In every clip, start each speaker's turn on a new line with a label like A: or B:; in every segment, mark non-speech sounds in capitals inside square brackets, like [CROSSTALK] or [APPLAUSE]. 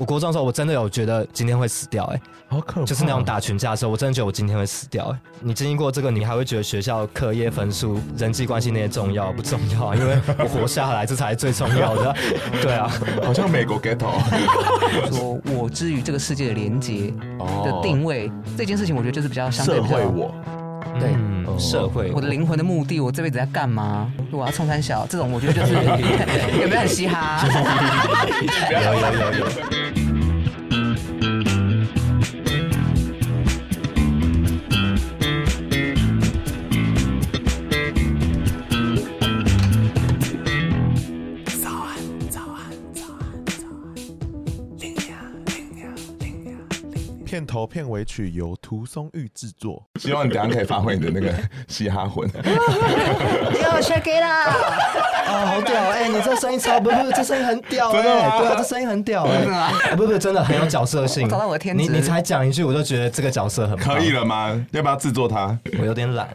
A: 我国中的时候，我真的有觉得今天会死掉、
B: [LAUGHS]
A: 欸，
C: 好可怕，
A: 哎，就是那种打群架的时候，我真的觉得我今天会死掉、欸。你经历过这个，你还会觉得学校课业分数、人际关系那些重要不重要
B: [LAUGHS]
A: 啊？因为我活下来，这才是最重要的。对啊，
D: 好像美国
B: [LAUGHS]
D: ghetto
B: 说我之于这个世界的连接
C: 哦
B: 的定位、这件事情，我觉得就是比较相对
D: 社
B: 比较
D: 会
B: [LAUGHS]
D: 我，
B: 对。哦
A: 嗯，社会
B: 我的灵魂的目的，我这辈子在干嘛？我要冲三小，这种我觉得就是有没有很嘻哈？
A: 有有有有。
C: 片头片尾曲由涂松玉制作。
D: 希望你等一下可以发挥你的那个嘻哈
B: [LAUGHS]
D: 魂。
A: 要 check it out！啊，好屌！哎、你这声音超不不，这声音很屌哎、
D: 真的吗
A: 对啊，这声音很屌哎、
B: 真的吗
A: 啊不不，真的很有角色性。
B: 我找到我的天职
A: 你你才讲一句，我就觉得这个角色很棒
D: 可以，了吗？要不要制作
B: [LAUGHS]
D: 它？
A: 我有点懒。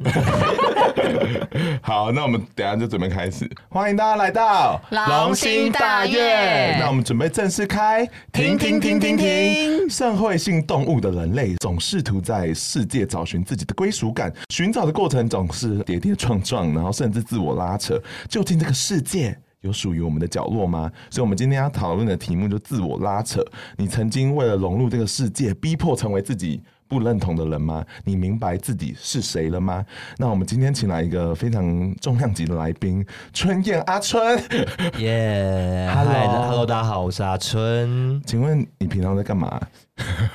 D: 好，那我们等一下就准备开始，欢迎大家来到
B: 龙兴大悦
D: 那我们准备正式开，停停停停停！社会性动物的人类总试图在世界找寻自己的归属感，寻找的过程总是跌跌撞撞，然后甚至自我拉扯。究竟这个世界？有属于我们的角落吗？所以，我们今天要讨论的题目就自我拉扯。你曾经为了融入这个世界，逼迫成为自己不认同的人吗？你明白自己是谁了吗？那我们今天请来一个非常重量级的来宾，春燕阿春。 [LAUGHS]
A: 耶、嗨
D: Hello
A: ，Hello，大家好，我是阿春。
D: 请问你平常在干嘛？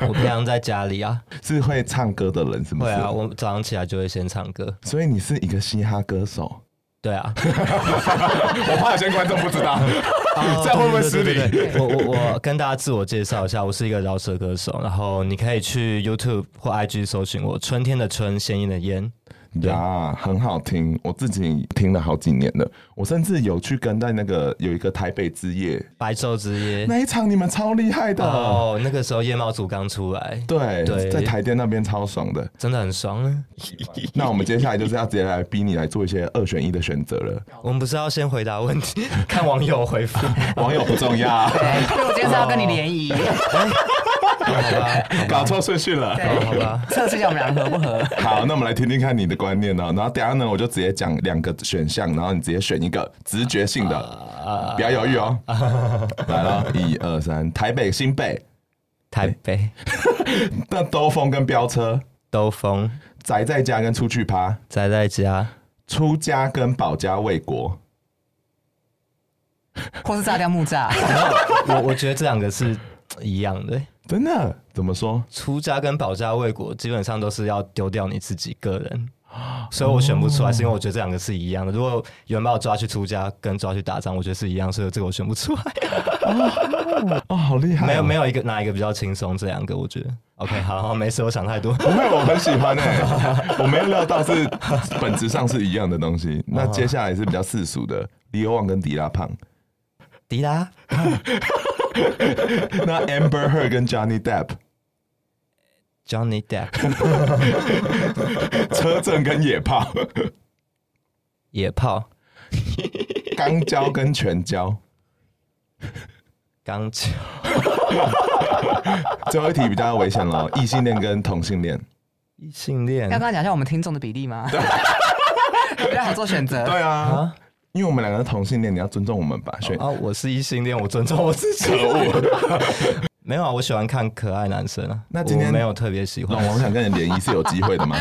A: 我平常在家里啊，
D: 是会唱歌的人是不
A: 会
D: 是？
A: 啊，我早上起来就会先唱歌。
D: 所以你是一个嘻哈歌手。
A: 对 [LAUGHS] 啊，
D: 我怕有些观众不知 [LAUGHS] 道，这样会不会失
A: 对对
D: 礼？
A: 对对我我我跟大家自我介绍一下，我是一个饶舌歌手，然后你可以去 YouTube 或 IG 搜寻我“春天的春，鲜艳的烟
D: 呀，很好听，我自己听了好几年了。我甚至有去跟在那个有一个台北之夜”，
A: 白昼之夜。
D: 那一场，你们超厉害的。
A: 哦，那个时候夜猫组刚出来，
D: 对，
A: 对
D: 在台电那边超爽 [LAUGHS] 的。
A: 真的很爽啊！
D: 那我们接下来就是要直接来逼你来做一些二选一的选择了。
A: 我们不是要先回答问题， [LAUGHS] 看网友回 [LAUGHS] 复。
D: [LAUGHS] 网友不重 [LAUGHS] 要，
B: 所以我今天是要跟你联谊，
D: 搞错顺序了。
A: 哦好吧，
B: 测试一下我们俩合不合。
D: 好，那我们来听听看你的观念哦。然后等一下呢，我就直接讲两个选项，然后你直接选一个直觉性
A: 呃
D: 的，不要犹豫哦。来了，一二三，台北、新北，
A: 台北
D: 那兜风跟飙车，
A: 兜风，
D: 宅在家跟出去趴，
A: 宅在家，
D: 出家跟保家卫国。
B: 或是炸掉木栅，
A: 我我觉得这两个是一样的。
D: 真的？怎么说？
A: 出家跟保家卫国基本上都是要丢掉你自己个人，
D: 哦
A: 所以我选不出来，是因为我觉得这两个是一样的。如果有人把我抓去出家跟抓去打仗，我觉得是一样，所以这个我选不出来。
D: [LAUGHS] 哦，好厉害、
A: 没有没
D: 有，
A: 有一个哪一个比较轻松，这两个我觉得 OK。好，好没事，我想太多。
D: 不会，我很喜欢哎、 [LAUGHS] 我没有料到是本质上是一样的东西。那接下来是比较世俗的，李欧旺跟迪拉胖，
A: 迪拉
D: 那 Amber Heard 跟 Johnny Depp，
A: Johnny Depp
D: 车震跟野 [LAUGHS] 炮。
A: 野炮
D: 肛交跟全交，
A: 钢琴。
D: 最后一题比较危险了，哦异性恋跟同性恋。
A: 异性恋
B: 要跟他讲一下我们听众的比例吗？比较好做选择。
D: 对啊，哦
A: 啊
D: 因为我们两个是同性恋，你要尊重我们吧，选。
A: 啊！我是异性恋，我尊重我自己。 [LAUGHS] 没有啊，我喜欢看可爱男生啊。
D: 那今天
A: 我没有特别喜
D: 龙
A: 欢。
D: 王想跟你联谊是有机会的吗？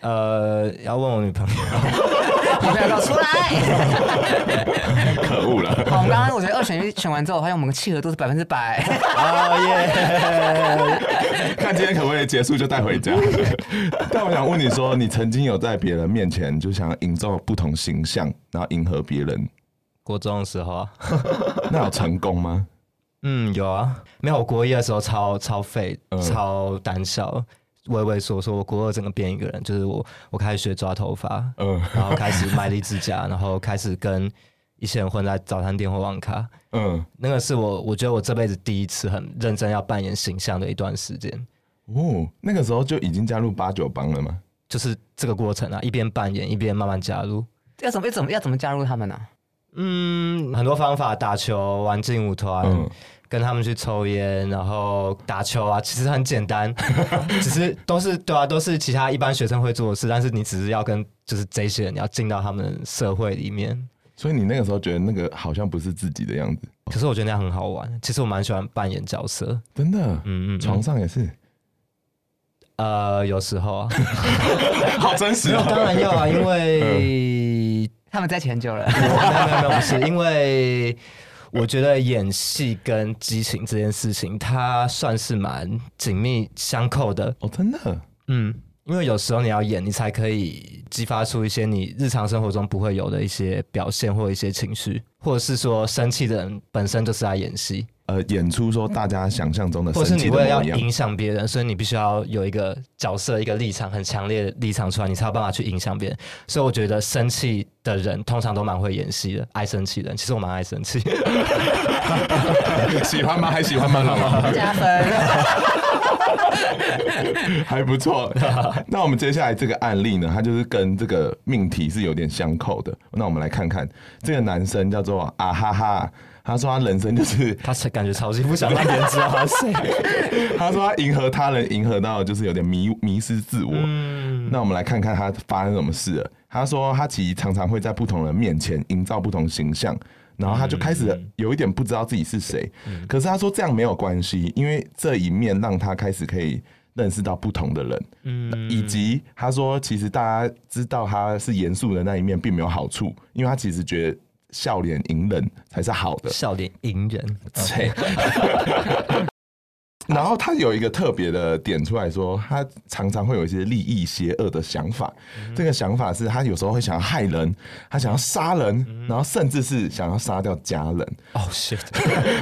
A: 呃，要问我女朋友。 [LAUGHS]
B: 你不要告诉我出来。
D: 可恶 [LAUGHS] 了！
B: 好，我们刚刚我觉得二选一选完之后，发现我们契合度是百分之百。
A: 哦耶！
D: 看今天可不可以结束就带回 [LAUGHS] 家。但我想问你说，你曾经有在别人面前就想要营造不同形象，然后迎合别人，
A: 国中的时候啊，
D: 那有成功 [LAUGHS] 吗？
A: 嗯，有啊，没有。我国一的时候超超废，
D: 嗯
A: 超胆小，畏畏缩缩。我国二整个变一个人，就是我，我开始学抓头发，
D: 嗯
A: 然后开始卖力指甲， [LAUGHS] 然后开始跟一些人混在早餐店或网咖。
D: 嗯，
A: 那个是我，我觉得我这辈子第一次很认真要扮演形象的一段时间，
D: 哦，那个时候就已经加入八九帮了吗？
A: 就是这个过程啊，一边扮演一边慢慢加入。
B: 要怎么要怎么要怎么加入他们呢？
A: 嗯，很多方法，打球、玩劲舞团，
D: 嗯
A: 跟他们去抽烟，然后打球啊， [LAUGHS] 其实很简单，只是都是对啊，都是其他一般学生会做的事，但是你只是要跟就是这些人，你要进到他们社会里面。
D: 所以你那个时候觉得那个好像不是自己的样子，
A: 可是我觉得那样很好玩，其实我蛮喜欢扮演角色，
D: 真的，
A: 嗯嗯嗯
D: 床上也是，
A: 呃，有时候啊，
D: [LAUGHS] 好真
A: [LAUGHS] 没
D: 实
A: 有
D: 哦。
A: 当然要啊，因 [LAUGHS] 为
B: 他们在一起很久了，
A: 没有没有没有，不是因为我觉得演戏跟激情这件事情，它算是蛮紧密相扣的。
D: [LAUGHS] 哦，真的，
A: 嗯，因为有时候你要演，你才可以激发出一些你日常生活中不会有的一些表现或一些情绪，或者是说生气的人本身就是在演戏，
D: 呃，演出说大家想象中的
A: 或是
D: 神
A: 你
D: 奇
A: 为了
D: 呃的
A: 要
D: 模样，
A: 影响别人，所以你必须要有一个角色、一个立场很强烈的立场出来，你才有办法去影响别人。所以我觉得生气的人通常都蛮会演戏的，爱生气的人，其实我蛮爱生气。
D: [LAUGHS] 喜欢吗？还喜欢吗？老王
B: 加分。
D: [LAUGHS] 还不错。那我们接下来这个案例呢，它就是跟这个命题是有点相扣的。那我们来看看这个男生叫做啊哈哈，他说他人生就是 [LAUGHS]
A: 他是感觉超级不想让别人知道他是谁。
D: 他说他迎合他人，迎合到就是有点迷迷失自我。
A: 嗯，
D: 那我们来看看他发生什么事了。他说他其实常常会在不同人面前营造不同形象，然后他就开始有一点不知道自己是谁。可是他说这样没有关系，因为这一面让他开始可以认识到不同的人，嗯，以及他说其实大家知道他是严肃的那一面并没有好处，因为他其实觉得笑脸隐忍才是好的。
A: 笑脸隐忍，
D: 谁？然后他有一个特别的点出来说，他常常会有一些利益邪恶的想法。这个想法是他有时候会想要害人，他想要杀人，然后甚至是想要杀掉家 [LAUGHS] 人。
A: 哦、shit，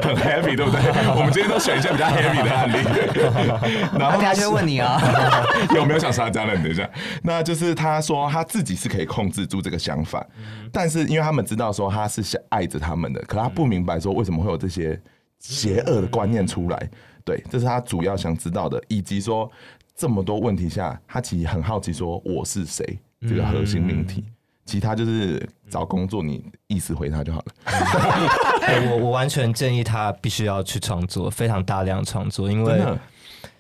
D: 很 happy，对不对？我们今天都选一些比较 happy 的案 [LAUGHS] 例。然
B: 他
D: 后
B: 等
D: 他
B: 下就会问你啊，
D: [LAUGHS] 有没有想杀家人？等一下，那就是他说他自己是可以控制住这个想法，但是因为他们知道说他是想爱着他们的，可他不明白说为什么会有这些邪恶的观念出来。对，这是他主要想知道的，以及说这么多问题下，他其实很好奇说我是谁这个核心命
A: 嗯
D: 题。其他就是找工作，你意思回他就好了。
A: 哎我我完全建议他必须要去创作，非常大量创作，因
D: 真
A: 为
D: 的，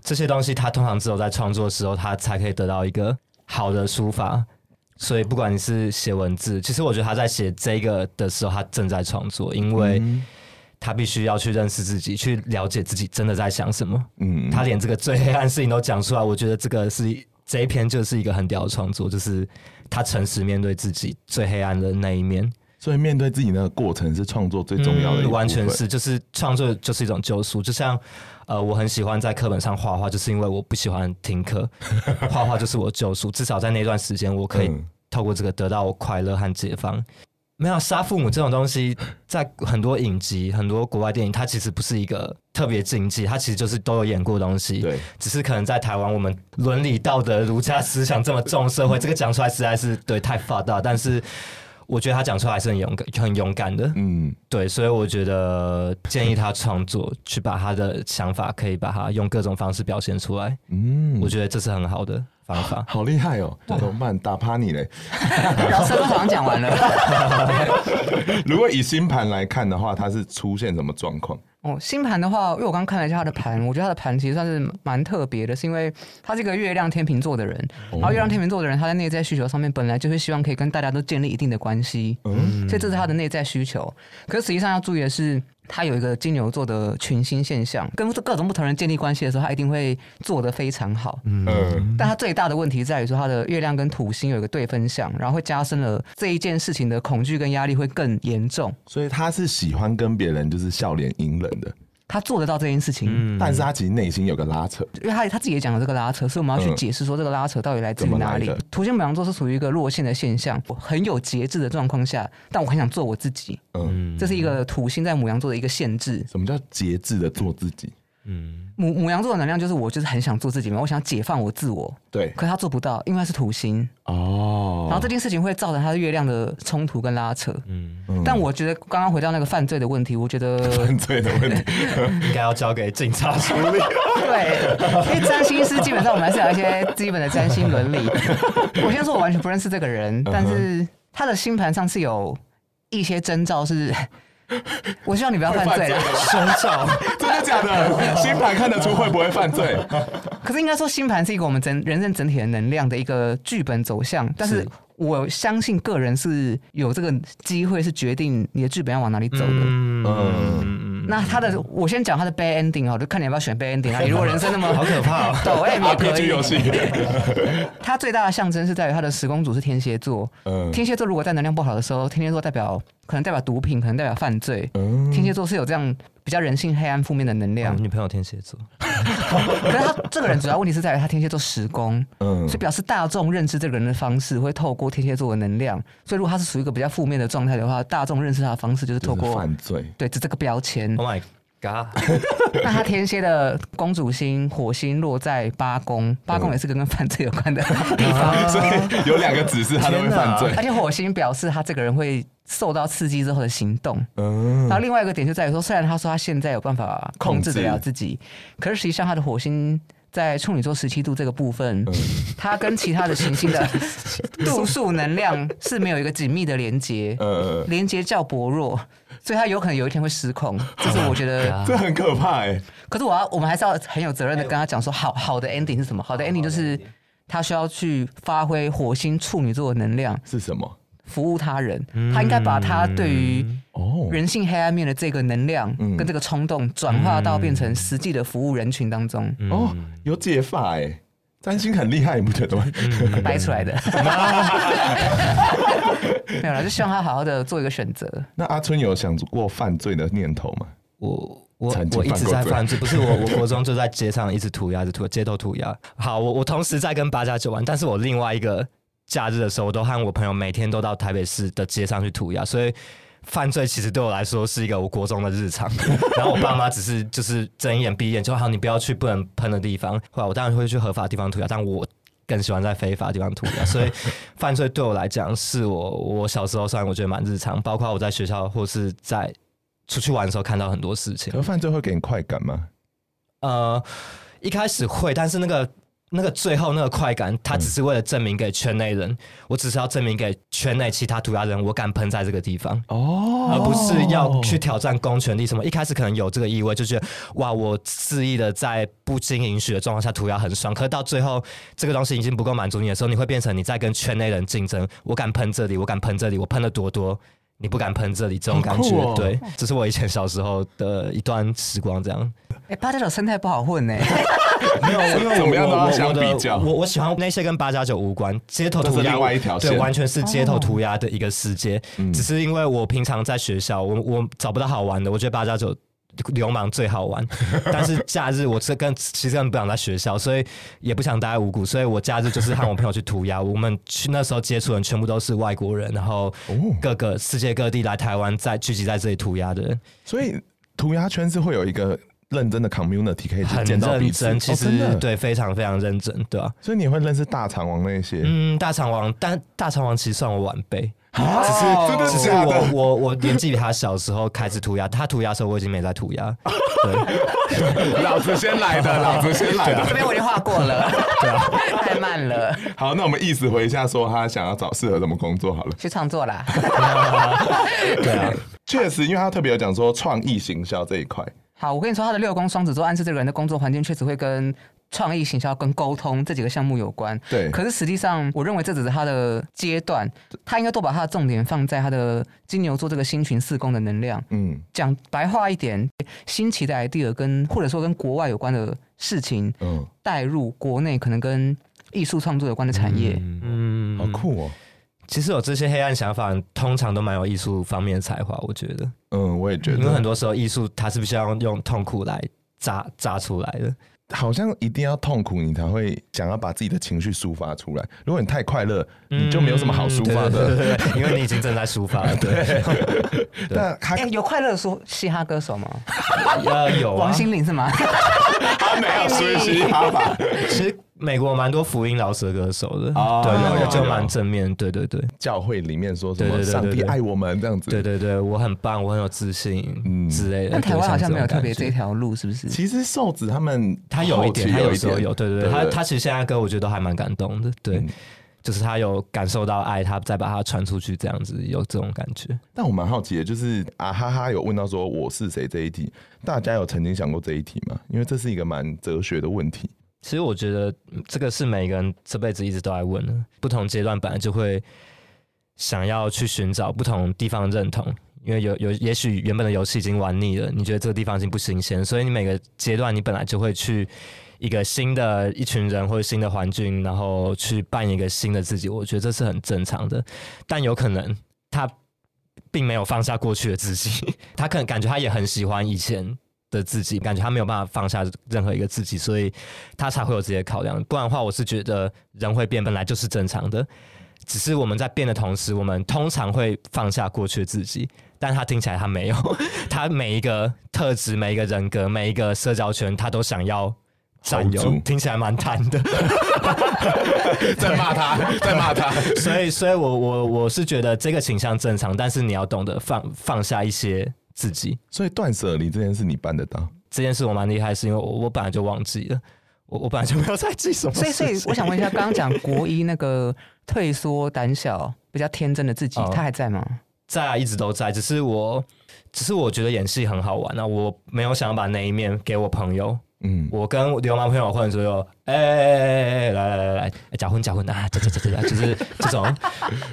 A: 这些东西他通常只有在创作的时候，他才可以得到一个好的抒发。所以不管你是写文字，其实我觉得他在写这个的时候，他正在创作，因为他必须要去认识自己，去了解自己真的在想什么。
D: 嗯，
A: 他连这个最黑暗事情都讲出来，我觉得这个是这一篇就是一个很屌的创作，就是他诚实面对自己最黑暗的那一面，
D: 所以面对自己那个过程是创作最重要的一部
A: 嗯
D: 分、
A: 完全是就是创作就是一种救赎，就像呃，我很喜欢在课本上画画，就是因为我不喜欢听
D: [LAUGHS]
A: 课，画画就是我救赎，至少在那段时间我可以
D: 嗯
A: 透过这个得到我快乐和解放。没有啊杀父母这种东西，在很多影集、很多国外电影，它其实不是一个特别禁忌，它其实就是都有演过的东西。
D: 对，
A: 只是可能在台湾，我们伦理道德、儒家思想这么重社会，这个讲出来实在是对太 fucked up。但是我觉得他讲出来还是很勇敢、很勇敢的。
D: 嗯，
A: 对，所以我觉得建议他创作，去把他的想法可以把它用各种方式表现出来。
D: 嗯
A: 我觉得这是很好的方法。
D: 好厉害哦！怎么办？打趴你嘞！
B: 然后三个好像讲完了。
D: 如果以星盘来看的话，它是出现什么状况？
B: 哦，星盘的话，因为我刚看了一下他的盘，我觉得他的盘其实算是蛮特别的，是因为他是一个月亮天秤座的人，然后月亮天秤座的人他在内在需求上面本来就是希望可以跟大家都建立一定的关系，
D: 嗯
B: 所以这是他的内在需求。可是实际上要注意的是，他有一个金牛座的群星现象，跟各种不同人建立关系的时候，他一定会做得非常好。
D: 嗯，
B: 但他最大的问题在于说，他的月亮跟土星有一个对分相，然后会加深了这一件事情的恐惧跟压力会更严重。
D: 所以他是喜欢跟别人就是笑脸隐忍的，
B: 他做得到这件事情，
D: 但是他其实内心有个拉扯。
B: 因为他他自己也讲了这个拉扯，所以我们要去
D: 嗯
B: 解释说这个拉扯到底来自
D: 怎
B: 于
D: 么来
B: 哪里
D: 的。
B: 土星母羊座是属于一个弱性的现象，我很有节制的状况下，但我很想做我自己，
D: 嗯，
B: 这是一个土星在母羊座的一个限制。
D: 什么叫节制的做自己？
B: 母母羊座的能量就是我就是很想做自己嘛，我想解放我自我，
D: 对，
B: 可他做不到，因为他是土星，
D: 哦，
B: 然后这件事情会造成他的月亮的冲突跟拉扯。
A: 嗯，
D: 嗯
B: 但我觉得刚刚回到那个犯罪的问题，我觉得
D: 犯罪的问题，
A: 应该要交给警察处理。
B: 对，因为占星师基本上我们还是有一些基本的占星
A: [LAUGHS]
B: 伦理。我先说，我
A: 嗯
B: 完全不认识这个人，但是他的星盘上是有一些征兆是 [LAUGHS] 我希望你不要 [LAUGHS] 犯罪啦。啊
A: 胸罩，
D: 啊 [LAUGHS] 真的假的？星盘看得出会不会犯
B: [LAUGHS]
D: 罪？
B: 可是应该说，星盘是一个我们整人生整体的能量的一个剧本走向，但是
A: 是
B: 我相信个人是有这个机会是决定你的剧本要往哪里走
A: [LAUGHS]
B: 的。
A: 嗯
D: 嗯
A: 嗯，
B: 那他的，我先讲他的 bad ending 哦，就看你要不要选
A: [LAUGHS]
B: bad ending 啊。你如果人生那么
A: 好可怕 [LAUGHS] 哦
B: 抖 M 也可
D: RPG
B: 以。
D: 游
B: [LAUGHS]
D: 戏，
B: 它最大的象征是在于它的十公主是天蝎座，
D: 嗯
B: 天蝎座如果在能量不好的时候，天蝎座代表可能代表毒品，可能代表犯罪。
D: 嗯
B: 天蝎座是有这样比较人性、黑暗、负面的能量
A: 我，女朋友天蝎座，
B: 可是他这个人主要问题是在于他天蝎座十宫，
D: 嗯
B: 所以表示大众认知这个人的方式会透过天蝎座的能量。所以如果他是属于一个比较负面的状态的话，大众认识他的方式就是透
D: 就是
B: 过
D: 犯罪，
B: 对这这个标签。
D: 哦
A: Oh my god！
B: 那他天蝎的公主星火星落在八
D: 嗯
B: 宫，八宫也是个跟犯罪有关的地
D: [LAUGHS]
B: 方，
D: 所以有两个指示他都会犯罪
A: 天。
B: 而且火星表示他这个人会受到刺激之后的行动。
D: 嗯
B: 然后另外一个点就在于说，虽然他说他现在有办法控制得了自己，可是实际上他的火星在处女座十七度这个部分，它跟其他的行星 [LAUGHS] 的度数能量是没有一个紧密的连接，
D: 呃，
B: 连接较薄弱，所以他有可能有一天会失控。这是我觉
D: [LAUGHS]
B: 得，
D: 这很可怕哎。
B: 可是我要我们还是要很有责任的跟他讲说，好好的 ending 是什么？好的 ending 就是他需要去发挥火星处女座的能量，
D: 是什么？
B: 服务他人，他应该把他对于
D: 哦，
B: 人性黑暗面的这个能量跟这个冲动，转化到变成实际的服务人群当中
D: 哦，有解法哎，占星很厉害，你不觉得吗？
B: 掰出来的。没有啦，就希望他好好的做一个选择。
D: [LAUGHS] 那阿春有想过犯罪的念头吗？
A: 我我
D: 曾经
A: 我一
D: 犯
A: 直
D: 过
A: 在
D: 罪
A: 犯罪，不是我，我国中就在街上一直涂鸦，一直涂街头涂鸦。好，我我同时在跟八加九玩，但是我另外一个假日的时候，我都和我朋友每天都到台北市的街上去涂鸦，所以。犯罪其实对我来说是一个我国中的日常， [LAUGHS] 然后我爸妈只是就是睁眼闭眼就好，你不要去不能喷的地方。后来我当然会去合法地方涂鸦，但我更喜欢在非法地方涂鸦，所以犯罪对我来讲是我我小时候虽然我觉得蛮日常，包括我在学校或是在出去玩的时候看到很多事情
D: 可。是犯罪会给你快感吗？
A: 呃，一开始会，但是那个那个最后那个快感，他只是为了证明给圈内人，我只是要证明给圈内其他涂鸦人，我敢喷在这个地方。
D: 哦
A: 而啊不是要去挑战公权力什么，一开始可能有这个意味，就觉得哇，我肆意的在不经允许的状况下涂鸦很爽。可是到最后，这个东西已经不够满足你的时候，你会变成你在跟圈内人竞争。我敢喷这里，我敢喷这里，我喷的多多，你不敢喷这里，这种感觉。
D: 好酷哦
A: 对，这是我以前小时候的一段时光，这样。
B: 哎，八加九生态不好混呢，
A: 没有，因为
D: [LAUGHS] 怎么样都要
A: 我我
D: 相
A: 我的
D: 比较
A: 我我喜欢那些跟八加九无关，街头
D: 那是
A: 涂鸦
D: 另外一条
A: 对，
D: 线
A: 完全是街头涂鸦的一个世界。只是因为我平常在学校，我我找不到好玩的，我觉得八加九。流氓最好玩，但是假日我这跟其实根本不想在学校，所以也不想待在五谷，所以我假日就是和我朋友去涂鸦。我们去那时候接触的人全部都是外国人，然后各个世界各地来台湾在聚集在这里涂鸦的人。
D: 所以涂鸦圈是会有一个认真的 community 可以去
A: 很
D: 见到彼
A: 认
D: 此，
A: 真，
D: 哦
A: 其实、
D: 真的，
A: 对非常非常认真，对吧、
D: 所以你会认识大肠王那些。
A: 嗯，大肠王，但大肠王其实算我晚辈，
D: 啊，真的
A: 只是
D: 假
A: 我
D: 的？
A: 我 [LAUGHS] 我年纪比他小时候开始涂鸦，他涂鸦的时候我已经没在涂鸦，
D: 哦
A: 对
D: [LAUGHS] 老子先来的，老子先来
B: 这
D: 的。
B: 边我已经画过了，太慢了，
D: [LAUGHS] 好，那我们意思回一下，说他想要找适合什么工作好了。
B: 去创作啦。
A: 对 [LAUGHS] 啊，
D: 确实，因为他特别有讲说创意行销这一块，
B: 好，我跟你说，他的六宫双子座暗示这个人的工作环境确实会跟创意、行销跟沟通这几个项目有关。
D: 对
B: 可是实际上，我认为这只是他的阶段，他应该多把他的重点放在他的金牛座这个星群四宫的能量。
D: 嗯
B: 讲白话一点，新奇的 idea 跟或者说跟国外有关的事情
D: 嗯，
B: 带入国内，可能跟艺术创作有关的产业。
A: 嗯，
D: 好。酷哦。
A: 其实有这些黑暗想法，通常都蛮有艺术方面的才华，我觉得，
D: 嗯，我也觉
A: 因为
D: 得，
A: 很多时候艺术它是必须要用痛苦来扎扎出来的。
D: 好像一定要痛苦，你才会想要把自己的情绪抒发出来。如果你太快乐，你就没有什么好抒发
A: 嗯对
D: 的。
A: 对对对对因为你已经正在抒发了。对，
D: 但他
B: 哎、有快乐说嘻哈歌手吗？
A: 呃，有啊
B: 王心凌是
A: [LAUGHS]
B: 吗？
D: 他没
B: 哎
D: 有学习
B: [LAUGHS]
D: 他吧？
A: 其实美国蛮多福音饶舌歌手的，
D: 哦
A: 对，
D: 有有
A: 对，就
D: 有
A: 蛮正面，对对对，
D: 教会里面说什
A: 对
D: 么
A: 对对对
D: 上帝
A: 对
D: 爱我们这样子。
A: 对对对，我很棒，我很有自信，
D: 嗯
A: 之类的。
B: 但台湾好像没有特别
A: 对像种感
B: 这。
A: 觉
B: 条路，是
A: [LAUGHS]
B: 不是？
D: 其实瘦子他们
A: 他有一
D: 后
A: 点，
D: 期
A: 他
D: 有
A: 有时候有，对对对，他
D: 对
A: 他其实现在歌我觉得都还蛮感动的，对
D: 嗯，
A: 就是他有感受到爱，他再把它传出去，这样子有这种感觉。
D: 但我蛮好奇的，就是啊哈哈有问到说我是谁这一题，大家有曾经想过这一题吗？因为这是一个蛮哲学的
A: [LAUGHS]
D: 问题。
A: 其实我觉得嗯这个是每个人这辈子一直都在问的，不同阶段本来就会想要去寻找不同地方的认同，因为有有也许原本的游戏已经玩腻了，你觉得这个地方已经不新鲜，所以你每个阶段你本来就会去一个新的一群人或者新的环境，然后去扮演一个新的自己，我觉得这是很正常的，但有可能他并没有放下过去的自己， [LAUGHS] 他可能感觉他也很喜欢以前。的自己，感觉他没有办法放下任何一个自己，所以他才会有这些考量。不然的话，我是觉得人会变本来就是正常的，只是我们在变的同时，我们通常会放下过去的自己。但他听起来他没有， [LAUGHS] 他每一个特质、每一个人格、每一个社交圈，他都想要占
D: Hold
A: 有
D: 住，
A: 听起来蛮贪的。
D: 在骂他，在骂他。
A: 所以，所以我我我是觉得这个倾向正常，但是你要懂得放放下一些自己。
D: 所以断舍离这件事你办得到？
A: 这件事我蛮厉害，是因为我我本来就忘记了，我我本来就没有在记什么事
B: 所以，
A: 情。
B: 所以我想问一下，刚刚讲国一那个退缩、胆小、比较天真的自己
A: 哦，
B: 他还在吗？
A: 在啊，一直都在，只是我，只是我觉得演戏很好玩啊，我没有想要把那一面给我朋友。
D: 嗯，
A: 我跟流氓朋友混的时候，哎哎哎哎，来来来来，假混假混啊，这这这这，就是 [LAUGHS] 这种。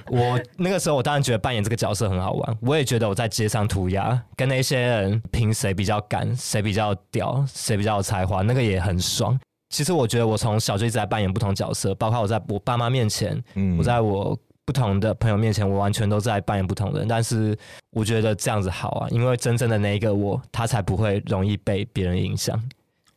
A: 我那个时候，我当然觉得扮演这个角色很好玩，我也觉得我在街上涂鸦，跟那些人拼谁比较敢，谁比较屌，谁比较有才华，那个也很爽。其实我觉得我从小就一直在扮演不同角色，包括我在我爸妈面前，
D: 嗯
A: 我在我不同的朋友面前，我完全都在扮演不同的人，但是我觉得这样子好啊，因为真正的那一个我，他才不会容易被别人影响。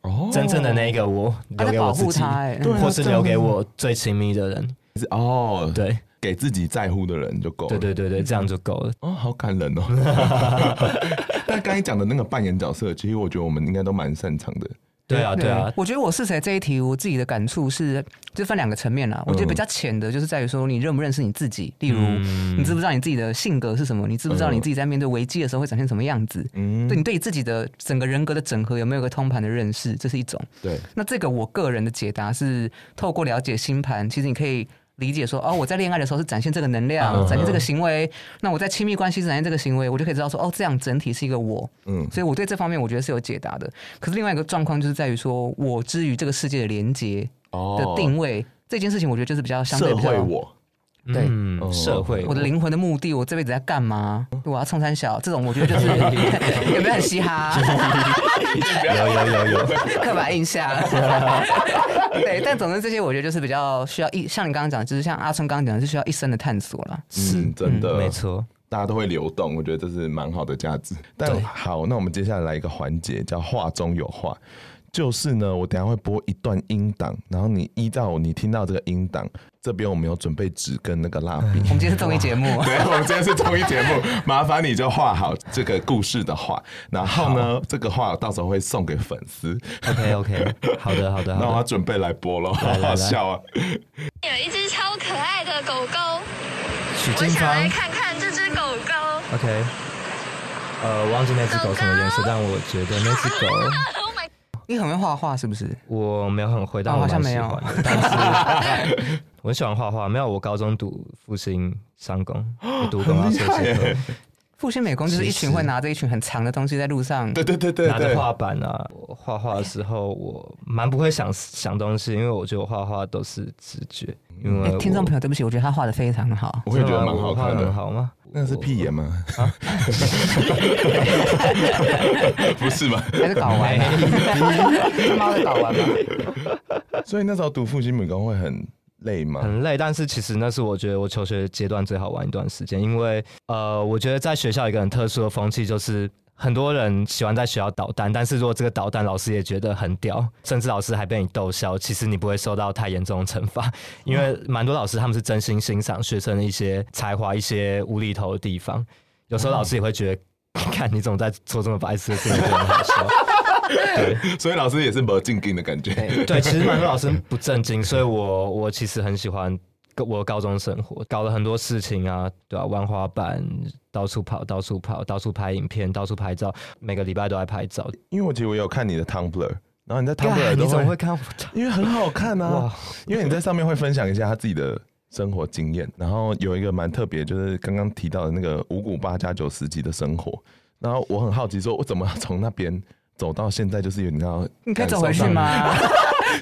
D: 哦
A: 真正的那个我
B: 他
A: 留
B: 在
A: 给我
B: 啊保
A: 自
B: 护
A: 己，
B: 他、哎，
D: 对啊
A: 或是留给我最亲密的人。
D: 是哦，
A: 对
D: 给自己在乎的人就够了。
A: 对对对对，这样就够了。
D: 哦，好感
A: [LAUGHS]
D: 人哦！但刚才讲的那个扮演角色，其实我觉得我们应该都蛮擅长的。
A: 对啊对啊，
B: 我觉得我是谁这一题，我自己的感触是，就分两个层面啦。我觉得比较浅的，就是在于说你认不认识你自己，例如
A: 嗯
B: 你知不知道你自己的性格是什么，你知不知道
D: 嗯
B: 你自己在面对危机的时候会展现什么样子。
D: 嗯
B: 对你对你自己的整个人格的整合有没有一个通盘的认识，这是一种。
D: 对，
B: 那这个我个人的解答是，透过了解星盘，其实你可以理解说，哦，我在恋爱的时候是展现这个能量，
A: 嗯
B: 展现这个行为；那我在亲密关系是展现这个行为，我就可以知道说，哦，这样整体是一个我。
D: 嗯
B: 所以我对这方面我觉得是有解答的。可是另外一个状况就是在于说，我之于这个世界的连接的
D: 哦
B: 定位、这件事情，我觉得就是比较相对
D: 社
B: 比较
D: 会我
B: 对
A: 嗯
D: 哦
A: 社会
B: 我的灵魂的目的，我这辈子在干嘛？
A: 哦
B: 我要冲山小，这种我觉得就是
A: [LAUGHS]
B: 有没有很嘻哈？
A: [LAUGHS] 有有有
D: [LAUGHS]
A: 有，
D: 嗯
B: 刻板印
A: [LAUGHS]
B: 象。对，但总之这些我觉得就是比较需要一，像你刚刚讲的，就是像阿春刚刚讲的，是需要一生的探索
A: [LAUGHS]
B: 啦。
D: 是真的，
A: 嗯没，错。
D: 大家都会流动，我觉得这是蛮好的价值。但
A: 对
D: 好，那我们接下来来一个环节叫话中有话，就是呢，我等一下会播一段音档，然后你依照你听到这个音档，这边我们有准备纸跟那个蜡
A: 嗯
D: 笔。
A: [LAUGHS]
B: 我们今天是综艺节目，
D: 对，我们今天是综艺节目，麻烦你就画好这个故事的画，然后呢，这个画到时候会送给粉丝，
A: OK OK，好的好的
D: 那我
A: 好
D: 要
A: 的。
D: 准备来播了，好
A: 来来
D: 好笑啊！
E: 有一只超可爱的狗狗，
A: 许
E: 我
A: 金
E: 想
A: 芳
E: 来看看这只狗狗。
A: ，OK。呃，忘记那只狗什么颜色，但我觉得那只狗
E: [LAUGHS] ，Oh my
B: 你很会画画是不是？
A: 我没有很会，但
B: 哦
A: 我
B: 好像
A: 蛮喜
B: 没有
A: 欢
B: [LAUGHS]
A: 的。但是我很喜欢画画，没有我高中读复兴商工，我读工
D: 很
A: 画
D: 厉
A: 设
D: 害
A: 计
D: 耶
A: 课，
B: 复兴美工就是一群会拿着一群很长的东西在路上，
D: 对对对对
A: 拿
D: 对
A: 着，画板啊，我画画的时候我蛮不会想想东西，因为我觉得我画画都是直觉。因为
B: 哎
A: 我
B: 听众朋友，对不起，我觉得他画的非常好。
D: 我也觉得蛮
A: 我
D: 好
A: 画
D: 看
A: 得很
D: 的。
A: 好吗？
D: 那是屁眼吗？不是吧？
B: 还是搞
A: [LAUGHS]
B: 完
D: 啊
B: 了，是猫的搞完了。
D: 所以那时候读复兴美工会很累吗？
A: 很累，但是其实那是我觉得我求学阶段最好玩一段时间，因为呃，我觉得在学校有一个很特殊的风气就是。很多人喜欢在学校捣蛋，但是如果这个捣蛋老师也觉得很屌，甚至老师还被你逗笑，其实你不会受到太严重的惩罚，因为蛮多老师他们是真心欣赏学生的一些才华、一些无厘头的地方。有时候老师也会觉得， [LAUGHS] 看你怎么在做这么白痴的事情，觉得很好笑。
D: [LAUGHS] 所以老师也是没进进的感觉。
A: 对，其实蛮多老师不正经，所以我我其实很喜欢高我高中生活，搞了很多事情啊，对啊，玩滑板，到处跑，到处跑，到处拍影片，到处拍照，每个礼拜都在拍照。
D: 因为我其实我有看你的 Tumblr，然后你在
A: 哇
D: Tumblr
A: 你
D: 都
A: 怎么
D: 会
A: 会，看我？
D: 因为很好看啊
A: 哇，
D: 因为你在上面会分享一下他自己的生活经验，然后有一个蛮特别，就是刚刚提到的那个五谷八加九十级的生活，然后我很好奇，说我怎么从那边走到现在，就是有你知道，
B: 你可以走回去？
A: [LAUGHS]
B: 吗？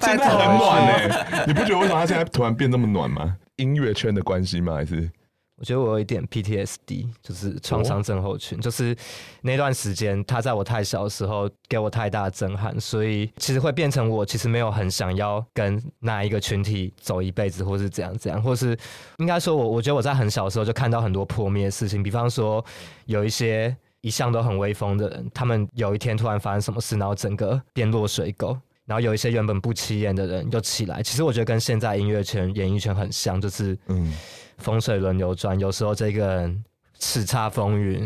D: 现在
B: 拜托
D: 很暖哎、 [LAUGHS] 你不觉得为什么他现在突然变这么暖吗？音乐圈的关系吗？还是
A: 我觉得我有一点 PTSD，就是创伤症候群，就是那段时间他在我太小的时候给我太大的震撼，所以其实会变成我其实没有很想要跟哪一个群体走一辈子，或是怎样怎样，或是应该说我我觉得我在很小的时候就看到很多破灭的事情，比方说有一些一向都很威风的人，他们有一天突然发生什么事，然后整个变落水狗。然后有一些原本不起眼的人又起来，其实我觉得跟现在音乐圈、演艺圈很像，就是
D: 嗯，
A: 风水轮流转，有时候这个人叱咤风云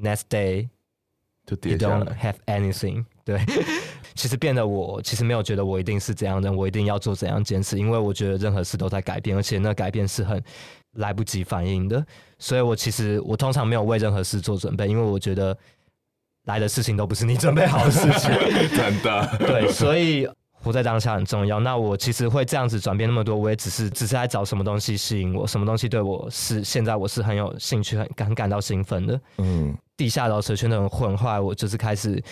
A: ，next day
D: 就
A: you
D: 跌下
A: don't
D: 来？
A: have anything。对， [LAUGHS] 其实变得我其实没有觉得我一定是怎样的人，我一定要做怎样坚持，因为我觉得任何事都在改变，而且那改变是很来不及反应的。所以我其实我通常没有为任何事做准备，因为我觉得来的事情都不是你准备好的事情。
D: 真的，
A: 对，所以活在当下很重要。那我其实会这样子转变那么多，我也只是只是在找什么东西吸引我，什么东西对我是现在我是很有兴趣、很很感到兴奋的。
D: 嗯，
A: 地下饶舌圈的人混，后来我就是开始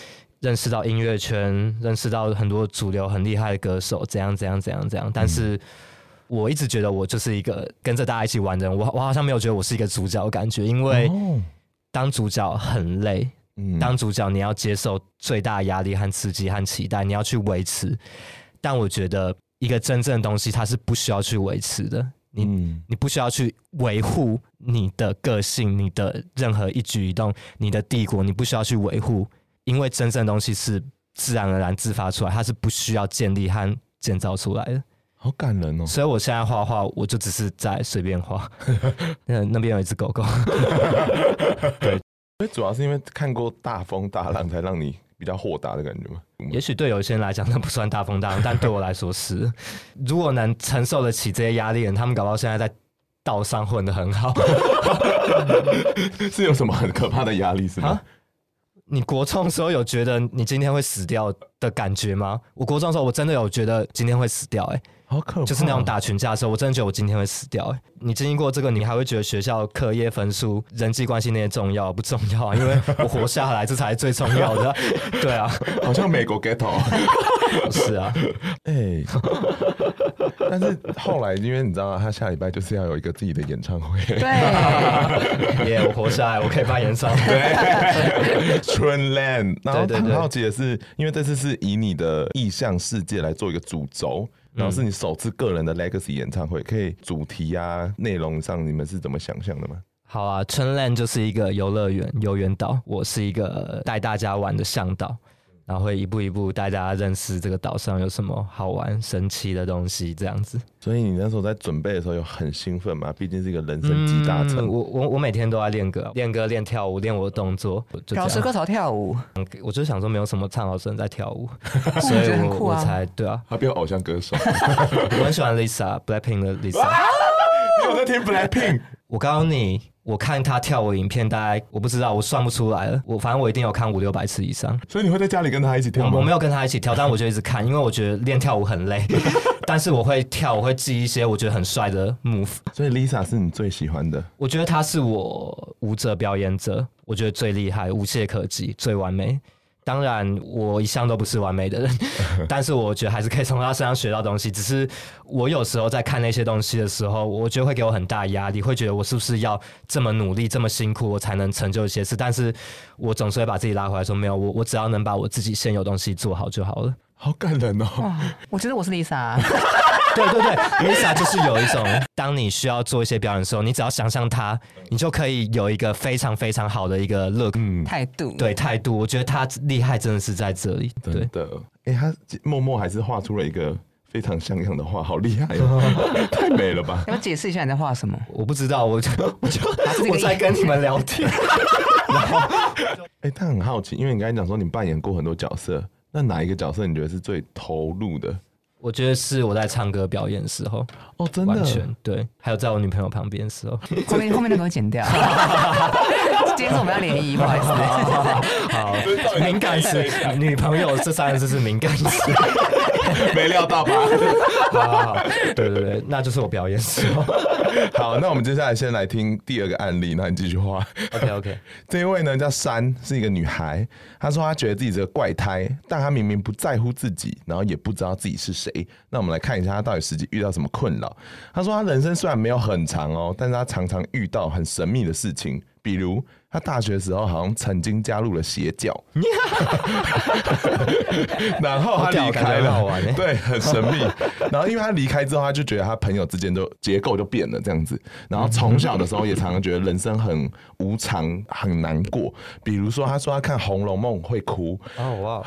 A: 认识到音乐圈，认识到很多主流很厉害的歌手，怎样怎样怎样怎样。但是我一直觉得我就是一个跟着大家一起玩的人，我我好像没有觉得我是一个主角的感觉，因为
D: 哦
A: 当主角很累，
D: 嗯
A: 当主角，你要接受最大的压力和刺激和期待，你要去维持。但我觉得一个真正的东西，它是不需要去维持的。你、
D: 嗯
A: 你不需要去维护你的个性、你的任何一举一动、你的帝国，你不需要去维护，因为真正的东西是自然而然自发出来，它是不需要建立和建造出来的。
D: 好感人哦，
A: 所以我现在画画，我就只是在随便画。 [LAUGHS] 那那边有一只狗狗，
D: 所以主要是因为看过大风大浪，才让你比较豁达的感觉吗？
A: 也许对有些人来讲，那不算大风大浪，但对我来说是。 [LAUGHS] 如果能承受得起这些压力的人，他们搞不好现在在道上混得很好。
D: [LAUGHS]
A: [LAUGHS]
D: 是有什么很可怕的压力是吗
A: 啊？你国中的时候有觉得你今天会死掉的感觉吗？我国中的时候，我真的有觉得今天会死掉、欸，
D: 好可怕，
A: 就是那种打群架的时候，我真的觉得我今天会死掉、欸。你经历过这个，你还会觉得学校课业分数、人际关系那些重要不重要啊？因为我活下来，这才是最重要的。对啊， [LAUGHS]
D: 好像美国 [LAUGHS] ghetto。
A: 是啊，
D: 哎、但是后来因为你知道、啊，他下礼拜就是要有一个自己的演唱会，
A: [LAUGHS]
B: 对，
A: 耶、我活下来，我可以办演唱会。 [LAUGHS]
D: 春 land。然后
A: 对对
D: 很
A: 对
D: 好奇的是，因为这次是以你的意向世界来做一个主轴。然后是你首次个人的 Legacy 演唱会，可以主题啊、内容上，你们是怎么想象的吗？
A: 好啊，春兰就是一个游乐园游园岛，我是一个带大家玩的向导，然后会一步一步带大家认识这个岛上有什么好玩、神奇的东西，这样子。
D: 所以你那时候在准备的时候有很兴奋吗？毕竟是一个人生集大成。
A: 嗯我我我每天都在练歌，练歌、练跳舞、练我的动作，就这
B: 饶
A: 样
B: 舌。歌手跳舞，
A: 我就想说，没有什么唱好声在跳舞，
B: 我
A: [LAUGHS] 所以
B: 觉得很
A: 我
B: 酷
A: 我
B: 啊 [LAUGHS]
A: 才对啊。
D: 他变偶像歌手，
A: 我很喜欢 Lisa，Blackpink 的 Lisa。
D: 我在听 Blackpink。
A: 我告诉你，我看她跳舞影片，大概我不知道，我算不出来了。我反正我一定有看五六百次以上。
D: 所以你会在家里跟他一起跳吗？
A: 我我没有跟他一起跳，但我就一直看，因为我觉得练跳舞很累。但是我会跳，我会记一些我觉得很帅的 move。
D: 所以 Lisa 是你最喜欢的，
A: 我觉得他是我舞者表演者，我觉得最厉害，无懈可击，最完美。当然，我一向都不是完美的人，但是我觉得还是可以从他身上学到东西。只是我有时候在看那些东西的时候，我觉得会给我很大压力，会觉得我是不是要这么努力、这么辛苦，我才能成就一些事？但是我总是会把自己拉回来说，没有，我我只要能把我自己现有东西做好就好了。
D: 好感人哦！
B: 我觉得我
A: [LAUGHS]
B: 是 Lisa，啊
A: 对对对，Lisa 就是有一种，当你需要做一些表演的时候，你只要想象她，你就可以有一个非常非常好的一个 look，
B: 态度，
A: 对态度。我觉得她厉害真的是在这里，对
D: 真。的，哎、他默默还是画出了一个非常像样的画，好厉害 [LAUGHS] 哦！太美了吧！
B: 要不要解释一下你在
A: [LAUGHS]
B: 画什么？
A: 我不知道，我就我就
B: 这个
A: 我在跟你们聊天。
D: 哎、他很好奇，因为你刚才讲说你扮演过很多角色，那哪一个角色你觉得是最投入的？
A: 我觉得是我在唱歌表演的时候，
D: 哦，真
A: 完
D: 的，
A: 全对，还有在我女朋友旁边的时候。
B: 后面后面那个我
A: [LAUGHS]
B: 剪掉。今天是我们要联谊，不好意思。
A: 好，敏感词，女朋友这三个字是敏感词。
D: [LAUGHS]
A: [LAUGHS]
D: 没料到 [LAUGHS] 吧？
A: 好好好，对对对，那就是我表演时候。 [LAUGHS]
D: 好，那我们接下来先来听第二个案例，那你继续 [LAUGHS] 画。
A: OK OK，
D: 这一位呢叫山，是一个女孩。她说她觉得自己是个怪胎，但她明明不在乎自己，然后也不知道自己是谁。那我们来看一下她到底实际遇到什么困扰。她说她人生虽然没有很长哦，但是她常常遇到很神秘的事情，比如她大学的时候好像曾经加入了邪 [LAUGHS] 教，然后她离
A: 好屌
D: 开
A: 感觉很
D: 了，
A: 好玩欸
D: 对，很神秘。然后因为她离开之后，她就觉得她朋友之间都结构就变了这样子。然后从小的时候也常常觉得人生很无常，很难过。比如说，她说她看《红楼梦》会哭，
A: 哦哇，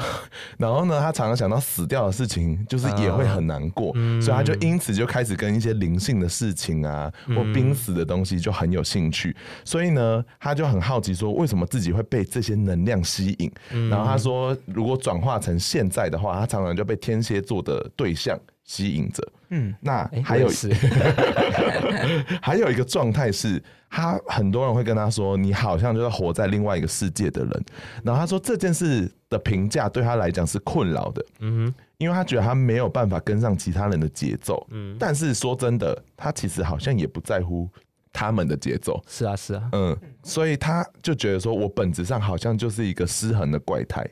D: 然后呢，她常常想到死掉的事情，就是也会很难过。
A: 啊
D: 所以她就
A: 嗯
D: 因此就开始跟一些灵性的事情啊，或濒死的东西就很有兴趣。所以呢，她就很好奇说，为什么自己会被这些能量吸引？
A: 嗯
D: 然后她说，如果转化成现在的话，她常常就被天蝎座的对象吸引着。嗯，那
A: 哎
D: 还有
A: 我也是
D: [LAUGHS] 还有一个状态是，他很多人会跟他说：“你好像就是活在另外一个世界的人。”然后他说这件事的评价对他来讲是困扰的，嗯，因为他觉得他没有办法跟上其他人的节奏，嗯。但是说真的，他其实好像也不在乎他们的节奏，
A: 是啊是啊，
D: 嗯，所以他就觉得说，我本质上好像就是一个失衡的怪胎。